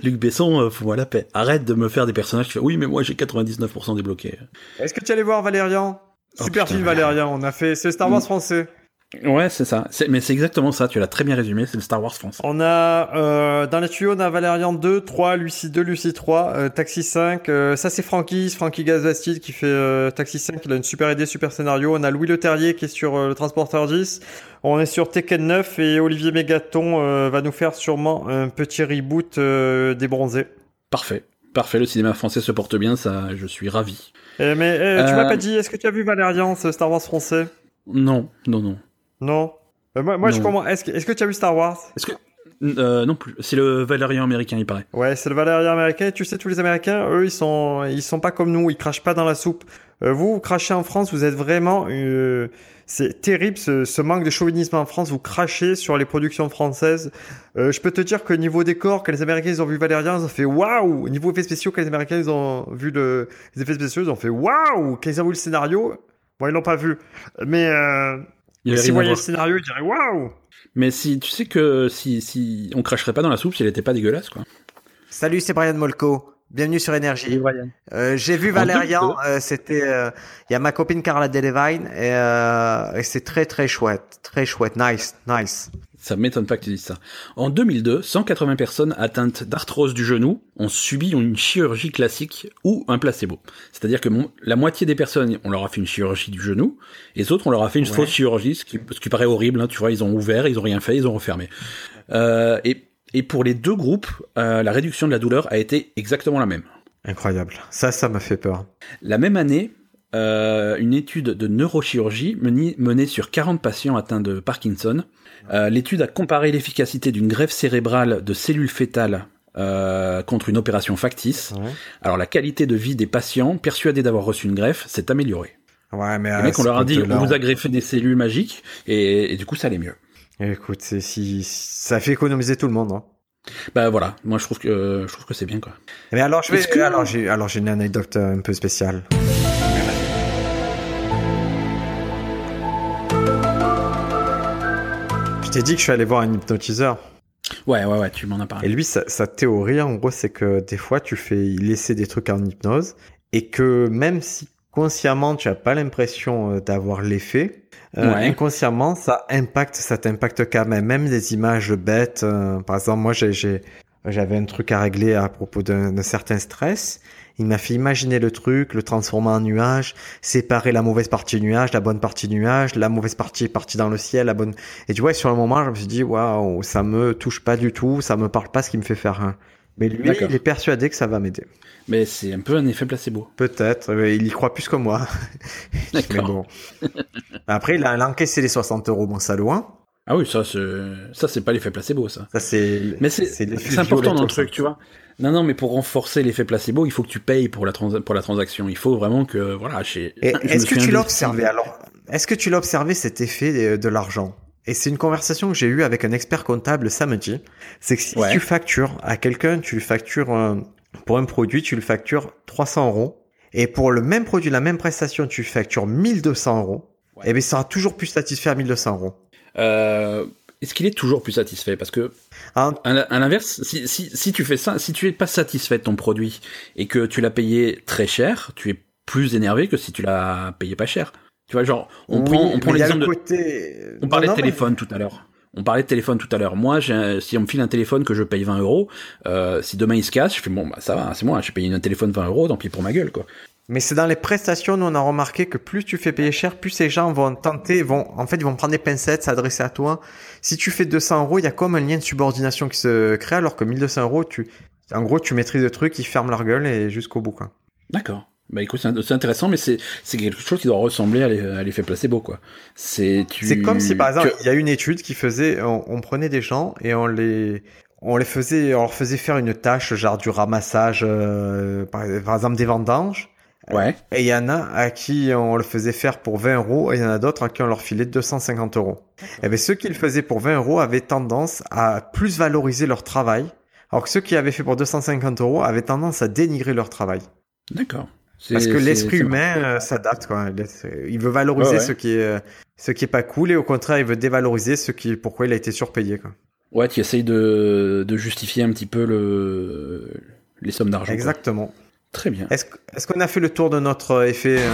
Speaker 2: Luc Besson, euh, fous-moi la paix. Arrête de me faire des personnages qui font oui, mais moi, j'ai 99% débloqué.
Speaker 1: Est-ce que tu allais voir Valérian
Speaker 2: Oh,
Speaker 1: Super
Speaker 2: putain,
Speaker 1: film
Speaker 2: Valérian. Mm.
Speaker 1: Valérian. On a fait... C'est Star Wars français.
Speaker 2: Ouais, c'est ça. C'est- Mais c'est exactement ça. Tu l'as très bien résumé. C'est le Star Wars France.
Speaker 1: On a... euh, dans les tuyaux, on a Valérian 2, 3, Lucie 2, Lucie 3, euh, Taxi 5. euh, ça, c'est Francky. c'est Francky Gazbastide qui fait euh, Taxi 5. Il a une super idée, super scénario. On a Louis Leterrier qui est sur euh, le Transporteur 10. On est sur Tekken 9 et Olivier Mégaton euh, va nous faire sûrement un petit reboot euh, des bronzés.
Speaker 2: Parfait. Parfait. Le cinéma français se porte bien. Ça, je suis ravi.
Speaker 1: Eh, mais eh, tu
Speaker 2: Euh,
Speaker 1: m'as pas dit, est-ce que tu as vu Valérian, ce Star Wars français
Speaker 2: Non, non, non.
Speaker 1: Non Euh, Moi, moi je
Speaker 2: Non.
Speaker 1: comprends. Est-ce que, est-ce que tu as vu Star Wars
Speaker 2: Est-ce que euh, non plus. C'est le Valérian américain, il paraît.
Speaker 1: Ouais, c'est le Valérien américain. Et tu sais, tous les Américains, eux, ils sont, ils sont pas comme nous. Ils crachent pas dans la soupe. Euh, vous, vous crachez en France, vous êtes vraiment. euh, c'est terrible ce, ce manque de chauvinisme en France. Vous crachez sur les productions françaises. Euh, je peux te dire que niveau décor, quand les Américains ils ont vu Valérien, ils ont fait waouh. Niveau effets spéciaux, quand les Américains ils ont vu le, les effets spéciaux, ils ont fait waouh. Quand ils ont vu le scénario, bon, ils l'ont pas vu. Mais euh,
Speaker 2: Il y avait
Speaker 1: s'ils
Speaker 2: rien à
Speaker 1: voyaient le
Speaker 2: voir.
Speaker 1: scénario, ils diraient waouh.
Speaker 2: Mais si tu sais que si si on cracherait pas dans la soupe, si elle était pas dégueulasse quoi.
Speaker 1: Salut, c'est Brian Molko. Bienvenue sur Énergie. Euh, j'ai vu
Speaker 2: En
Speaker 1: Valérian, euh, c'était, euh, il y a ma copine Carla Delevingne et, euh, et c'est très très chouette, très chouette, nice, nice.
Speaker 2: Ça m'étonne pas que tu dises ça. En 2002, 180 personnes atteintes d'arthrose du genou ont subi une chirurgie classique ou un placebo. C'est-à-dire que mon- la moitié des personnes, on leur a fait une chirurgie du genou, et les autres, on leur a fait une
Speaker 1: Ouais.
Speaker 2: fausse chirurgie, ce qui, ce qui paraît horrible. hein, tu vois, ils ont ouvert, ils ont rien fait, ils ont refermé. Euh, et, et pour les deux groupes, euh, la réduction de la douleur a été exactement la même.
Speaker 1: Incroyable. Ça, ça m'a fait peur.
Speaker 2: La même année, euh, une étude de neurochirurgie meni- menée sur 40 patients atteints de Parkinson. euh, L'étude a comparé l'efficacité d'une greffe cérébrale de cellules fœtales euh, contre une opération factice. Alors la qualité de vie des patients persuadés d'avoir reçu une greffe s'est améliorée.
Speaker 1: Ouais, mais
Speaker 2: Les
Speaker 1: euh,
Speaker 2: mecs, on
Speaker 1: c'est
Speaker 2: leur a
Speaker 1: pas
Speaker 2: dit,
Speaker 1: de
Speaker 2: on
Speaker 1: leur-
Speaker 2: vous a greffé des cellules magiques, et, et du coup, ça allait mieux.
Speaker 1: Écoute, c'est- si... ça fait économiser tout le monde. Hein.
Speaker 2: Bah voilà, moi je trouve que euh, je trouve que c'est bien quoi.
Speaker 1: Mais alors, je vais...
Speaker 2: Est-ce que-
Speaker 1: alors j'ai alors j'ai une anecdote euh, un peu spéciale. Je t'ai dit que je suis allé voir un hypnotiseur.
Speaker 2: Ouais ouais ouais, tu m'en as
Speaker 1: Et
Speaker 2: parlé.
Speaker 1: lui, sa, sa théorie, en gros, c'est que des fois, tu fais laisser des trucs en hypnose et que même si consciemment, tu n'as pas l'impression euh, d'avoir l'effet, euh,
Speaker 2: Ouais.
Speaker 1: inconsciemment, ça impacte, ça t'impacte quand même. Même des images bêtes. euh, par exemple, moi, j'ai- j'ai- j'avais un truc à régler à propos d'un d'un certain stress. Il m'a fait imaginer le truc, le transformer en nuage, séparer la mauvaise partie du nuage, la bonne partie du nuage, la mauvaise partie est partie dans le ciel, la bonne et tu vois, sur le moment, je me suis dit, waouh, ça me touche pas du tout, ça me parle pas ce qui me fait faire un. Mais lui,
Speaker 2: D'accord.
Speaker 1: il est persuadé que ça va m'aider.
Speaker 2: Mais c'est un peu un effet placebo.
Speaker 1: Peut-être, mais il y croit plus que moi. <laughs> mais
Speaker 2: D'accord.
Speaker 1: bon. Après, il a, il a encaissé les 60 euros, mon salaud. hein.
Speaker 2: Ah oui, ça c'est ça c'est pas l'effet placebo ça.
Speaker 1: Ça, c'est.
Speaker 2: Mais c'est
Speaker 1: l'effet
Speaker 2: c'est important dans
Speaker 1: Violetto,
Speaker 2: le truc,
Speaker 1: ça.
Speaker 2: tu vois. Non non, mais pour renforcer l'effet placebo, il faut que tu payes pour la trans- pour la transaction. Il faut vraiment que voilà, chez
Speaker 1: Et
Speaker 2: je me
Speaker 1: Ah, Est-ce que
Speaker 2: suis
Speaker 1: tu l'as
Speaker 2: investi-
Speaker 1: observé alors Est-ce que tu l'as observé cet effet euh, de l'argent Et c'est une conversation que j'ai eue avec un expert comptable samedi. C'est que si
Speaker 2: Ouais.
Speaker 1: tu factures à quelqu'un, tu lui factures euh, pour un produit, tu lui factures 300 euros. Et pour le même produit, la même prestation, tu factures 1200 euros.
Speaker 2: Ouais.
Speaker 1: Et bien, ça aura toujours pu satisfaire 1200 euros.
Speaker 2: Euh, est-ce qu'il est toujours plus satisfait Parce que
Speaker 1: Hein
Speaker 2: à la- à l'inverse, si, si, si tu fais ça, si tu es pas satisfait de ton produit et que tu l'as payé très cher, tu es plus énervé que si tu l'as payé pas cher. Tu vois, genre, on
Speaker 1: Oui,
Speaker 2: prend, on prend
Speaker 1: mais il y a
Speaker 2: l'exemple
Speaker 1: le
Speaker 2: de,
Speaker 1: côté...
Speaker 2: on
Speaker 1: Non,
Speaker 2: parlait
Speaker 1: non,
Speaker 2: de téléphone tout à l'heure. On parlait de téléphone tout à l'heure. Moi, j'ai un- si on me file un téléphone que je paye 20 euros, euh, si demain il se casse, je fais bon, bah ça va, c'est moi, j'ai payé un téléphone 20 euros, tant pis pour ma gueule, quoi.
Speaker 1: Mais c'est dans les prestations, nous on a remarqué que plus tu fais payer cher, plus ces gens vont tenter, vont, en fait, ils vont prendre des pincettes, s'adresser à toi. Si tu fais 200 euros, il y a comme un lien de subordination qui se crée, alors que 1200 euros, tu, en gros, tu maîtrises le truc, ils ferment leur gueule et jusqu'au bout, quoi.
Speaker 2: D'accord. Bah écoute, c'est c'est intéressant, mais c'est c'est quelque chose qui doit ressembler à l'e- à l'effet placebo, quoi. C'est tu-
Speaker 1: C'est comme si, par exemple,
Speaker 2: tu-
Speaker 1: il y a une étude qui faisait, on, on prenait des gens et on les, on les faisait, on leur faisait faire une tâche, genre du ramassage, euh, par, par exemple, des vendanges.
Speaker 2: Ouais.
Speaker 1: Et il y en a à qui on le faisait faire pour 20 euros et il y en a d'autres à qui on leur filait 250 euros. Et bien ceux qui le faisaient pour 20 euros avaient tendance à plus valoriser leur travail, alors que ceux qui avaient fait pour 250 euros avaient tendance à dénigrer leur travail.
Speaker 2: D'accord. C'est-
Speaker 1: Parce que
Speaker 2: c'est-
Speaker 1: l'esprit
Speaker 2: c'est-
Speaker 1: humain euh, s'adapte, quoi. Il laisse- Il veut valoriser
Speaker 2: Ouais, ouais.
Speaker 1: ce qui est, euh, ce qui est pas cool et au contraire il veut dévaloriser ce qui, pourquoi il a été surpayé, quoi.
Speaker 2: Ouais, tu essayes de, de justifier un petit peu le, les sommes d'argent. quoi.
Speaker 1: Exactement.
Speaker 2: Très bien.
Speaker 1: Est-ce que- est-ce qu'on a fait le tour de notre euh, effet euh,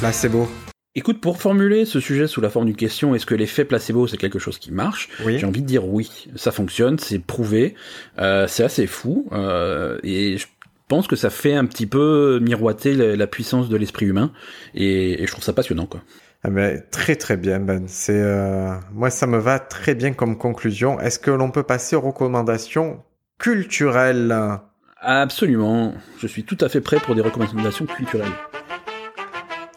Speaker 1: placebo
Speaker 2: Écoute, pour formuler ce sujet sous la forme d'une question, est-ce que l'effet placebo c'est quelque chose qui marche
Speaker 1: Oui.
Speaker 2: J'ai envie de dire oui, ça fonctionne, c'est prouvé, euh, c'est assez fou, euh, et je pense que ça fait un petit peu miroiter la, la puissance de l'esprit humain, et, et je trouve ça passionnant quoi.
Speaker 1: Ah ben, très très bien Ben. C'est euh, moi ça me va très bien comme conclusion. Est-ce que l'on peut passer aux recommandations culturelles
Speaker 2: Absolument, je suis tout à fait prêt pour des recommandations culturelles.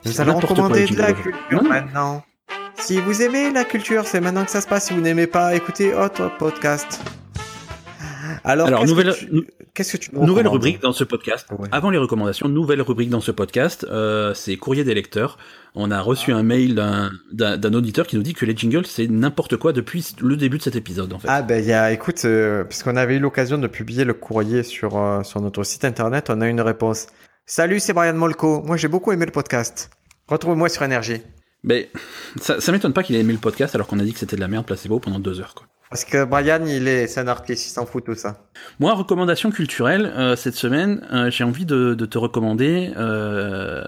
Speaker 1: Nous
Speaker 2: C'est
Speaker 1: allons
Speaker 2: n'importe quoi,
Speaker 1: recommander
Speaker 2: le
Speaker 1: de la
Speaker 2: jingle.
Speaker 1: culture
Speaker 2: Non.
Speaker 1: maintenant. Si vous aimez la culture, c'est maintenant que ça se passe. Si vous n'aimez pas, écoutez autre podcast. Alors,
Speaker 2: Alors,
Speaker 1: qu'est-ce que
Speaker 2: nouvelle-
Speaker 1: tu-
Speaker 2: nou-
Speaker 1: qu'est-ce que tu nous
Speaker 2: Nouvelle
Speaker 1: recommandes
Speaker 2: rubrique dans ce podcast.
Speaker 1: Ouais.
Speaker 2: Avant les recommandations, nouvelle rubrique dans ce podcast, euh, c'est courrier des lecteurs. On a reçu un mail d'un- d'un d'un auditeur qui nous dit que les jingles c'est n'importe quoi depuis le début de cet épisode en fait.
Speaker 1: Ah ben il y a, écoute, euh, puisqu'on avait eu l'occasion de publier le courrier sur, euh, sur notre site internet, on a une réponse. Salut, c'est Brian Molko. Moi j'ai beaucoup aimé le podcast. Retrouve-moi sur Énergie.
Speaker 2: Mais Ben, ça, ça m'étonne pas qu'il ait aimé le podcast alors qu'on a dit que c'était de la merde placebo pendant deux heures quoi.
Speaker 1: Parce que Brian, il est, c'est un artiste, il s'en fout de tout ça.
Speaker 2: Moi, recommandation culturelle, euh, cette semaine, euh, j'ai envie de, de te recommander, euh,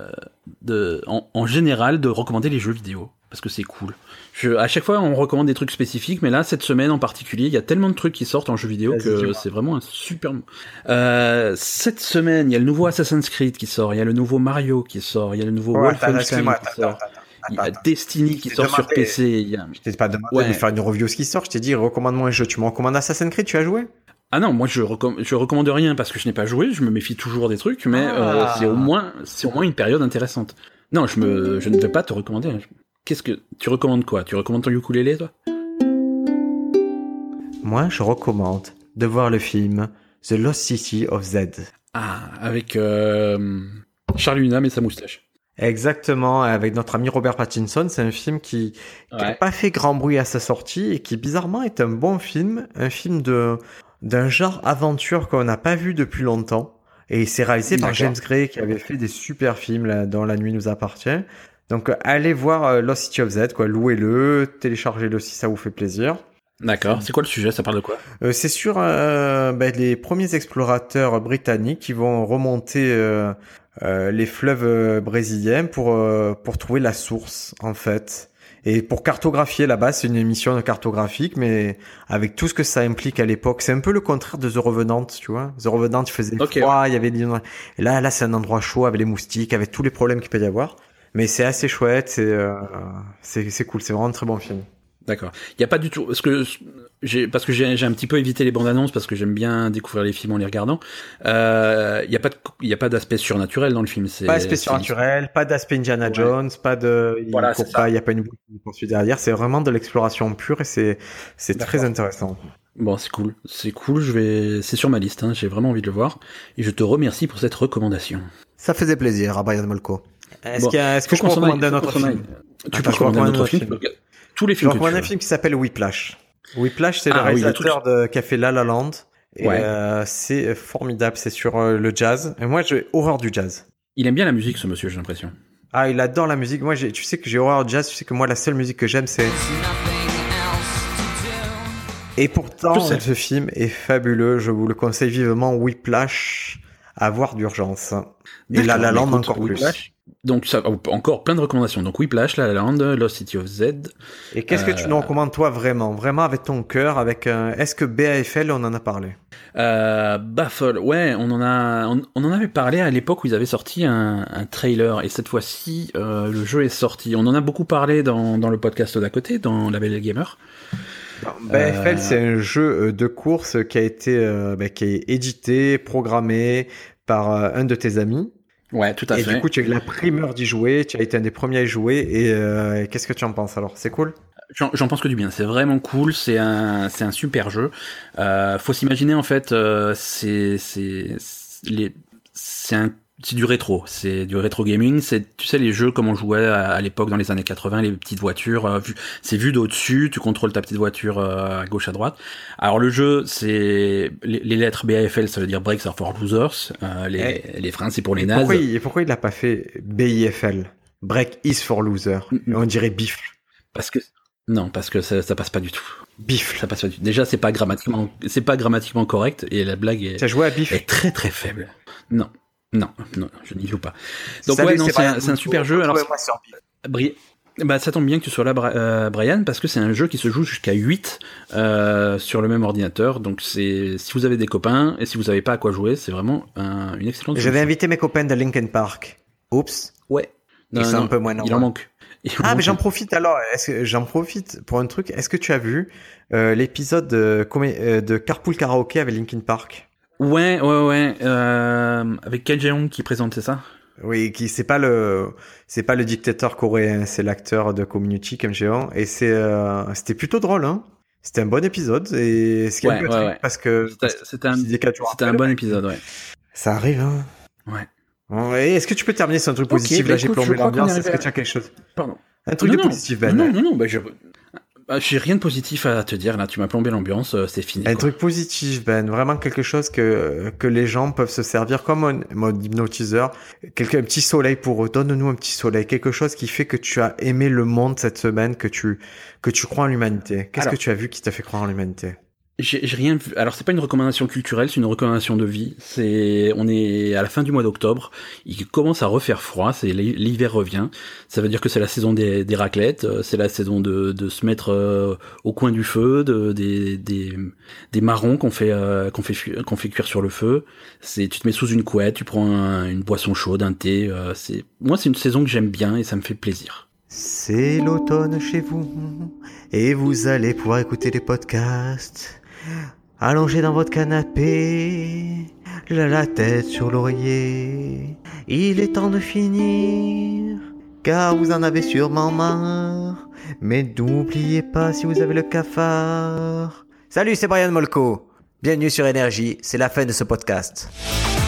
Speaker 2: de, en, en général, de recommander les jeux vidéo. Parce que c'est cool. Je, à chaque fois, on recommande des trucs spécifiques, mais là, cette semaine en particulier, il y a tellement de trucs qui sortent en jeux vidéo
Speaker 1: Vas-y,
Speaker 2: que
Speaker 1: dis-moi.
Speaker 2: c'est vraiment un super. mo- Euh, cette semaine, il y a le nouveau Assassin's Creed qui sort, il y a le nouveau Mario qui sort, il y a le nouveau
Speaker 1: Ouais, attends,
Speaker 2: Wolfenstein
Speaker 1: excuse-moi,
Speaker 2: qui
Speaker 1: attends,
Speaker 2: sort,
Speaker 1: attends,
Speaker 2: il y
Speaker 1: attends,
Speaker 2: a
Speaker 1: attends.
Speaker 2: Destiny qui
Speaker 1: Je t'ai
Speaker 2: sort sur
Speaker 1: demandé.
Speaker 2: PC. il y a-
Speaker 1: Je t'ai pas demandé
Speaker 2: Ouais.
Speaker 1: de faire une review de ce qui sort, je t'ai dit recommande-moi un jeu. Tu me recommandes Assassin's Creed, tu as joué
Speaker 2: Ah non, moi je, recomm- je recommande rien parce que je n'ai pas joué, je me méfie toujours des trucs, mais euh,
Speaker 1: Ah.
Speaker 2: c'est au moins c'est au moins une période intéressante. Non, je me je ne vais pas te recommander. Qu'est-ce que tu recommandes quoi Tu recommandes ton ukulélé toi
Speaker 1: Moi je recommande de voir le film The Lost City of Z.
Speaker 2: Ah, avec euh, Charlie Hunnam et sa moustache.
Speaker 1: Exactement, avec notre ami Robert Pattinson, c'est un film qui qui n'a
Speaker 2: Ouais.
Speaker 1: pas fait grand bruit à sa sortie et qui bizarrement est un bon film, un film de d'un genre aventure qu'on n'a pas vu depuis longtemps. Et c'est réalisé par
Speaker 2: D'accord.
Speaker 1: James Gray qui avait fait des super films là, dont La Nuit nous appartient. Donc euh, allez voir euh, Lost City of Z, quoi, louez-le, téléchargez-le si ça vous fait plaisir.
Speaker 2: D'accord. C'est quoi le sujet Ça parle de quoi
Speaker 1: Euh, c'est sur euh, ben, les premiers explorateurs britanniques qui vont remonter euh, euh, les fleuves euh, brésiliens pour euh, pour trouver la source en fait. Et pour cartographier là-bas, c'est une émission cartographique, mais avec tout ce que ça implique à l'époque, c'est un peu le contraire de The Revenant, tu vois. The Revenant, il faisait
Speaker 2: Ok,
Speaker 1: froid, il y avait des... Et là, là, c'est un endroit chaud avec les moustiques, avec tous les problèmes qu'il peut y avoir. Mais c'est assez chouette, c'est euh, c'est c'est cool, c'est vraiment un très bon film.
Speaker 2: D'accord. Il y a pas du tout parce que j'ai parce que j'ai j'ai un petit peu évité les bandes annonces parce que j'aime bien découvrir les films en les regardant. Euh, Il y a pas de il y a pas d'aspect surnaturel dans le film. C'est
Speaker 1: Pas d'aspect
Speaker 2: c'est-
Speaker 1: surnaturel, pas d'aspect Indiana
Speaker 2: Ouais.
Speaker 1: Jones, pas de. Il
Speaker 2: Voilà,
Speaker 1: court
Speaker 2: c'est ça.
Speaker 1: pas, il n'y a pas une boucle qui poursuit derrière. C'est vraiment de l'exploration pure et c'est, c'est
Speaker 2: D'accord.
Speaker 1: très intéressant.
Speaker 2: Bon, c'est cool. C'est cool. Je vais c'est sur ma liste. hein, J'ai vraiment envie de le voir et je te remercie pour cette recommandation.
Speaker 1: Ça faisait plaisir à Brian Molko. Est-ce,
Speaker 2: Bon,
Speaker 1: qu'il y a- est-ce que je peux
Speaker 2: qu'on s'en aille,
Speaker 1: recommander un
Speaker 2: faut
Speaker 1: autre
Speaker 2: qu'on s'en
Speaker 1: film
Speaker 2: aille. Tu
Speaker 1: Attends,
Speaker 2: peux
Speaker 1: je
Speaker 2: recommander un
Speaker 1: recommande
Speaker 2: autre
Speaker 1: un
Speaker 2: film.
Speaker 1: film.
Speaker 2: tu peux regarder Tous les
Speaker 1: Je
Speaker 2: films que
Speaker 1: recommande un
Speaker 2: tu veux.
Speaker 1: film qui s'appelle Whiplash. Whiplash, c'est
Speaker 2: Ah
Speaker 1: le
Speaker 2: oui, le
Speaker 1: réalisateur de Café La La Land. Et
Speaker 2: Ouais.
Speaker 1: euh, c'est formidable, c'est sur euh, le jazz. Et moi, j'ai horreur du jazz.
Speaker 2: Il aime bien la musique, ce monsieur. J'ai l'impression.
Speaker 1: Ah, il adore la musique. Moi, j'ai- tu sais que j'ai horreur du jazz. Tu sais que moi, la seule musique que j'aime, c'est.
Speaker 4: nothing else to do.
Speaker 1: Et pourtant,
Speaker 2: Je sais.
Speaker 1: ce film est fabuleux. Je vous le conseille vivement. Whiplash, à voir d'urgence. Et La La Land
Speaker 2: D'accord, écoute,
Speaker 1: encore plus.
Speaker 2: Whiplash. Donc ça, oh, encore plein de recommandations. Donc Whiplash, La La Land, Lost City of Z.
Speaker 1: Et qu'est-ce que
Speaker 2: Euh.
Speaker 1: tu nous recommandes, toi, vraiment Vraiment avec ton cœur, avec... euh, Est-ce que BAFL, on en a parlé
Speaker 2: Euh, Baffle, ouais, on en a, on, on en avait parlé à l'époque où ils avaient sorti un, un trailer et cette fois-ci euh, le jeu est sorti. On en a beaucoup parlé dans, dans le podcast d'à côté, dans La Belle Gamer.
Speaker 1: BAFL, c'est un jeu euh, de course qui a été... euh, bah, qui est édité, programmé par euh, un de tes amis.
Speaker 2: Ouais, tout à
Speaker 1: Et
Speaker 2: fait.
Speaker 1: du coup, tu as eu la primeur d'y jouer. Tu as été un des premiers à y jouer. Et euh, qu'est-ce que tu en penses, alors C'est cool
Speaker 2: J'en j'en pense que du bien. C'est vraiment cool. C'est un, c'est un super jeu. Euh, faut s'imaginer en fait, euh, c'est, c'est, c'est les, c'est un, c'est du rétro. C'est du rétro gaming. C'est, tu sais, les jeux comme on jouait à, à l'époque dans les années 80, les petites voitures. euh, vu- c'est vu d'au-dessus. Tu contrôles ta petite voiture euh, à gauche à droite. Alors le jeu, c'est les, les lettres BAFL, ça veut dire Breaks are for Losers. Euh, les, les freins, c'est pour les nazes.
Speaker 1: Pourquoi il, et pourquoi il l'a pas fait BIFL Break is for loser.
Speaker 2: Mm, mm.
Speaker 1: On dirait bifle.
Speaker 2: Parce que non, parce que ça, ça passe pas du tout.
Speaker 1: Bifle.
Speaker 2: Ça passe pas du tout. Déjà, c'est pas grammatiquement, c'est pas grammatiquement correct et la blague est,
Speaker 1: T'as joué à bifle
Speaker 2: est très très faible. Non, non, non, je n'y joue pas. Donc
Speaker 1: Salut,
Speaker 2: ouais, non, c'est
Speaker 1: Brian
Speaker 2: un, c'est un
Speaker 1: Boulot.
Speaker 2: super jeu. Alors,
Speaker 1: Retrouvez-moi sur Bifle.
Speaker 2: Bri- bah, ça tombe bien que tu sois là, Bra- euh, Brian, parce que c'est un jeu qui se joue jusqu'à 8 euh, sur le même ordinateur. Donc c'est, si vous avez des copains et si vous n'avez pas à quoi jouer, c'est vraiment un- une excellente.
Speaker 1: J'avais
Speaker 2: solution.
Speaker 1: invité mes copains de Linkin Park. Oups.
Speaker 2: Ouais. Non,
Speaker 1: Ils sont
Speaker 2: non,
Speaker 1: un peu moins
Speaker 2: il en
Speaker 1: nombreux.
Speaker 2: manque. Il en
Speaker 1: Ah, mais
Speaker 2: manque.
Speaker 1: j'en profite alors. Est-ce que- J'en profite pour un truc. Est-ce que tu as vu euh, l'épisode de, comé- euh, de Carpool Karaoke avec Linkin Park
Speaker 2: Ouais, ouais, ouais. euh, avec Ken Jeong qui présentait ça.
Speaker 1: Oui, qui c'est pas le c'est pas le dictateur coréen, c'est l'acteur de Community Kim Jeon et c'est euh, c'était plutôt drôle. Hein c'était un bon épisode et ce qui est
Speaker 2: Ouais,
Speaker 1: un peu
Speaker 2: ouais,
Speaker 1: triste
Speaker 2: ouais.
Speaker 1: parce que
Speaker 2: C'était c'était un,
Speaker 1: c'est des quatre jours
Speaker 2: c'était un
Speaker 1: après,
Speaker 2: bon épisode, ouais.
Speaker 1: Ça arrive, hein
Speaker 2: Ouais.
Speaker 1: Ouais, Est-ce que tu peux terminer sur un truc
Speaker 2: Ok,
Speaker 1: positif
Speaker 2: bah
Speaker 1: Là, j'ai
Speaker 2: écoute, je
Speaker 1: plombé
Speaker 2: crois qu'on est
Speaker 1: l'ambiance.
Speaker 2: arrivé
Speaker 1: Est-ce que
Speaker 2: à-
Speaker 1: tu as quelque chose
Speaker 2: Pardon.
Speaker 1: Un truc
Speaker 2: Non,
Speaker 1: de
Speaker 2: non.
Speaker 1: positif, Ben.
Speaker 2: Non, non, non, bah, je- bah, j'ai rien de positif à te dire, là, tu m'as plombé l'ambiance, euh, c'est fini.
Speaker 1: Un
Speaker 2: quoi.
Speaker 1: truc positif, Ben. Vraiment quelque chose que, que les gens peuvent se servir comme un mode hypnotiseur. Quelque, un petit soleil pour eux. Donne-nous un petit soleil. Quelque chose qui fait que tu as aimé le monde cette semaine, que tu, que tu crois en l'humanité. Qu'est-ce que
Speaker 2: Alors.
Speaker 1: tu as vu qui t'a fait croire en l'humanité?
Speaker 2: J'ai j'ai rien vu. Alors, c'est pas une recommandation culturelle, c'est une recommandation de vie. C'est, on est à la fin du mois d'octobre, il commence à refaire froid, c'est l'hi- l'hiver revient. Ça veut dire que c'est la saison des, des raclettes, euh, c'est la saison de, de se mettre euh, au coin du feu, de, des, des, des marrons qu'on fait, euh, qu'on fait, fu- qu'on fait cuire sur le feu. C'est, tu te mets sous une couette, tu prends un- une boisson chaude, un thé. euh, c'est, moi, c'est une saison que j'aime bien et ça me fait plaisir.
Speaker 1: C'est l'automne chez vous et vous allez pouvoir écouter des podcasts allongé dans votre canapé, la, la tête sur l'oreiller. Il est temps de finir car vous en avez sûrement marre. Mais n'oubliez pas si vous avez le cafard. Salut, c'est Brian Molko. Bienvenue sur Énergie, c'est la fin de ce podcast.
Speaker 4: I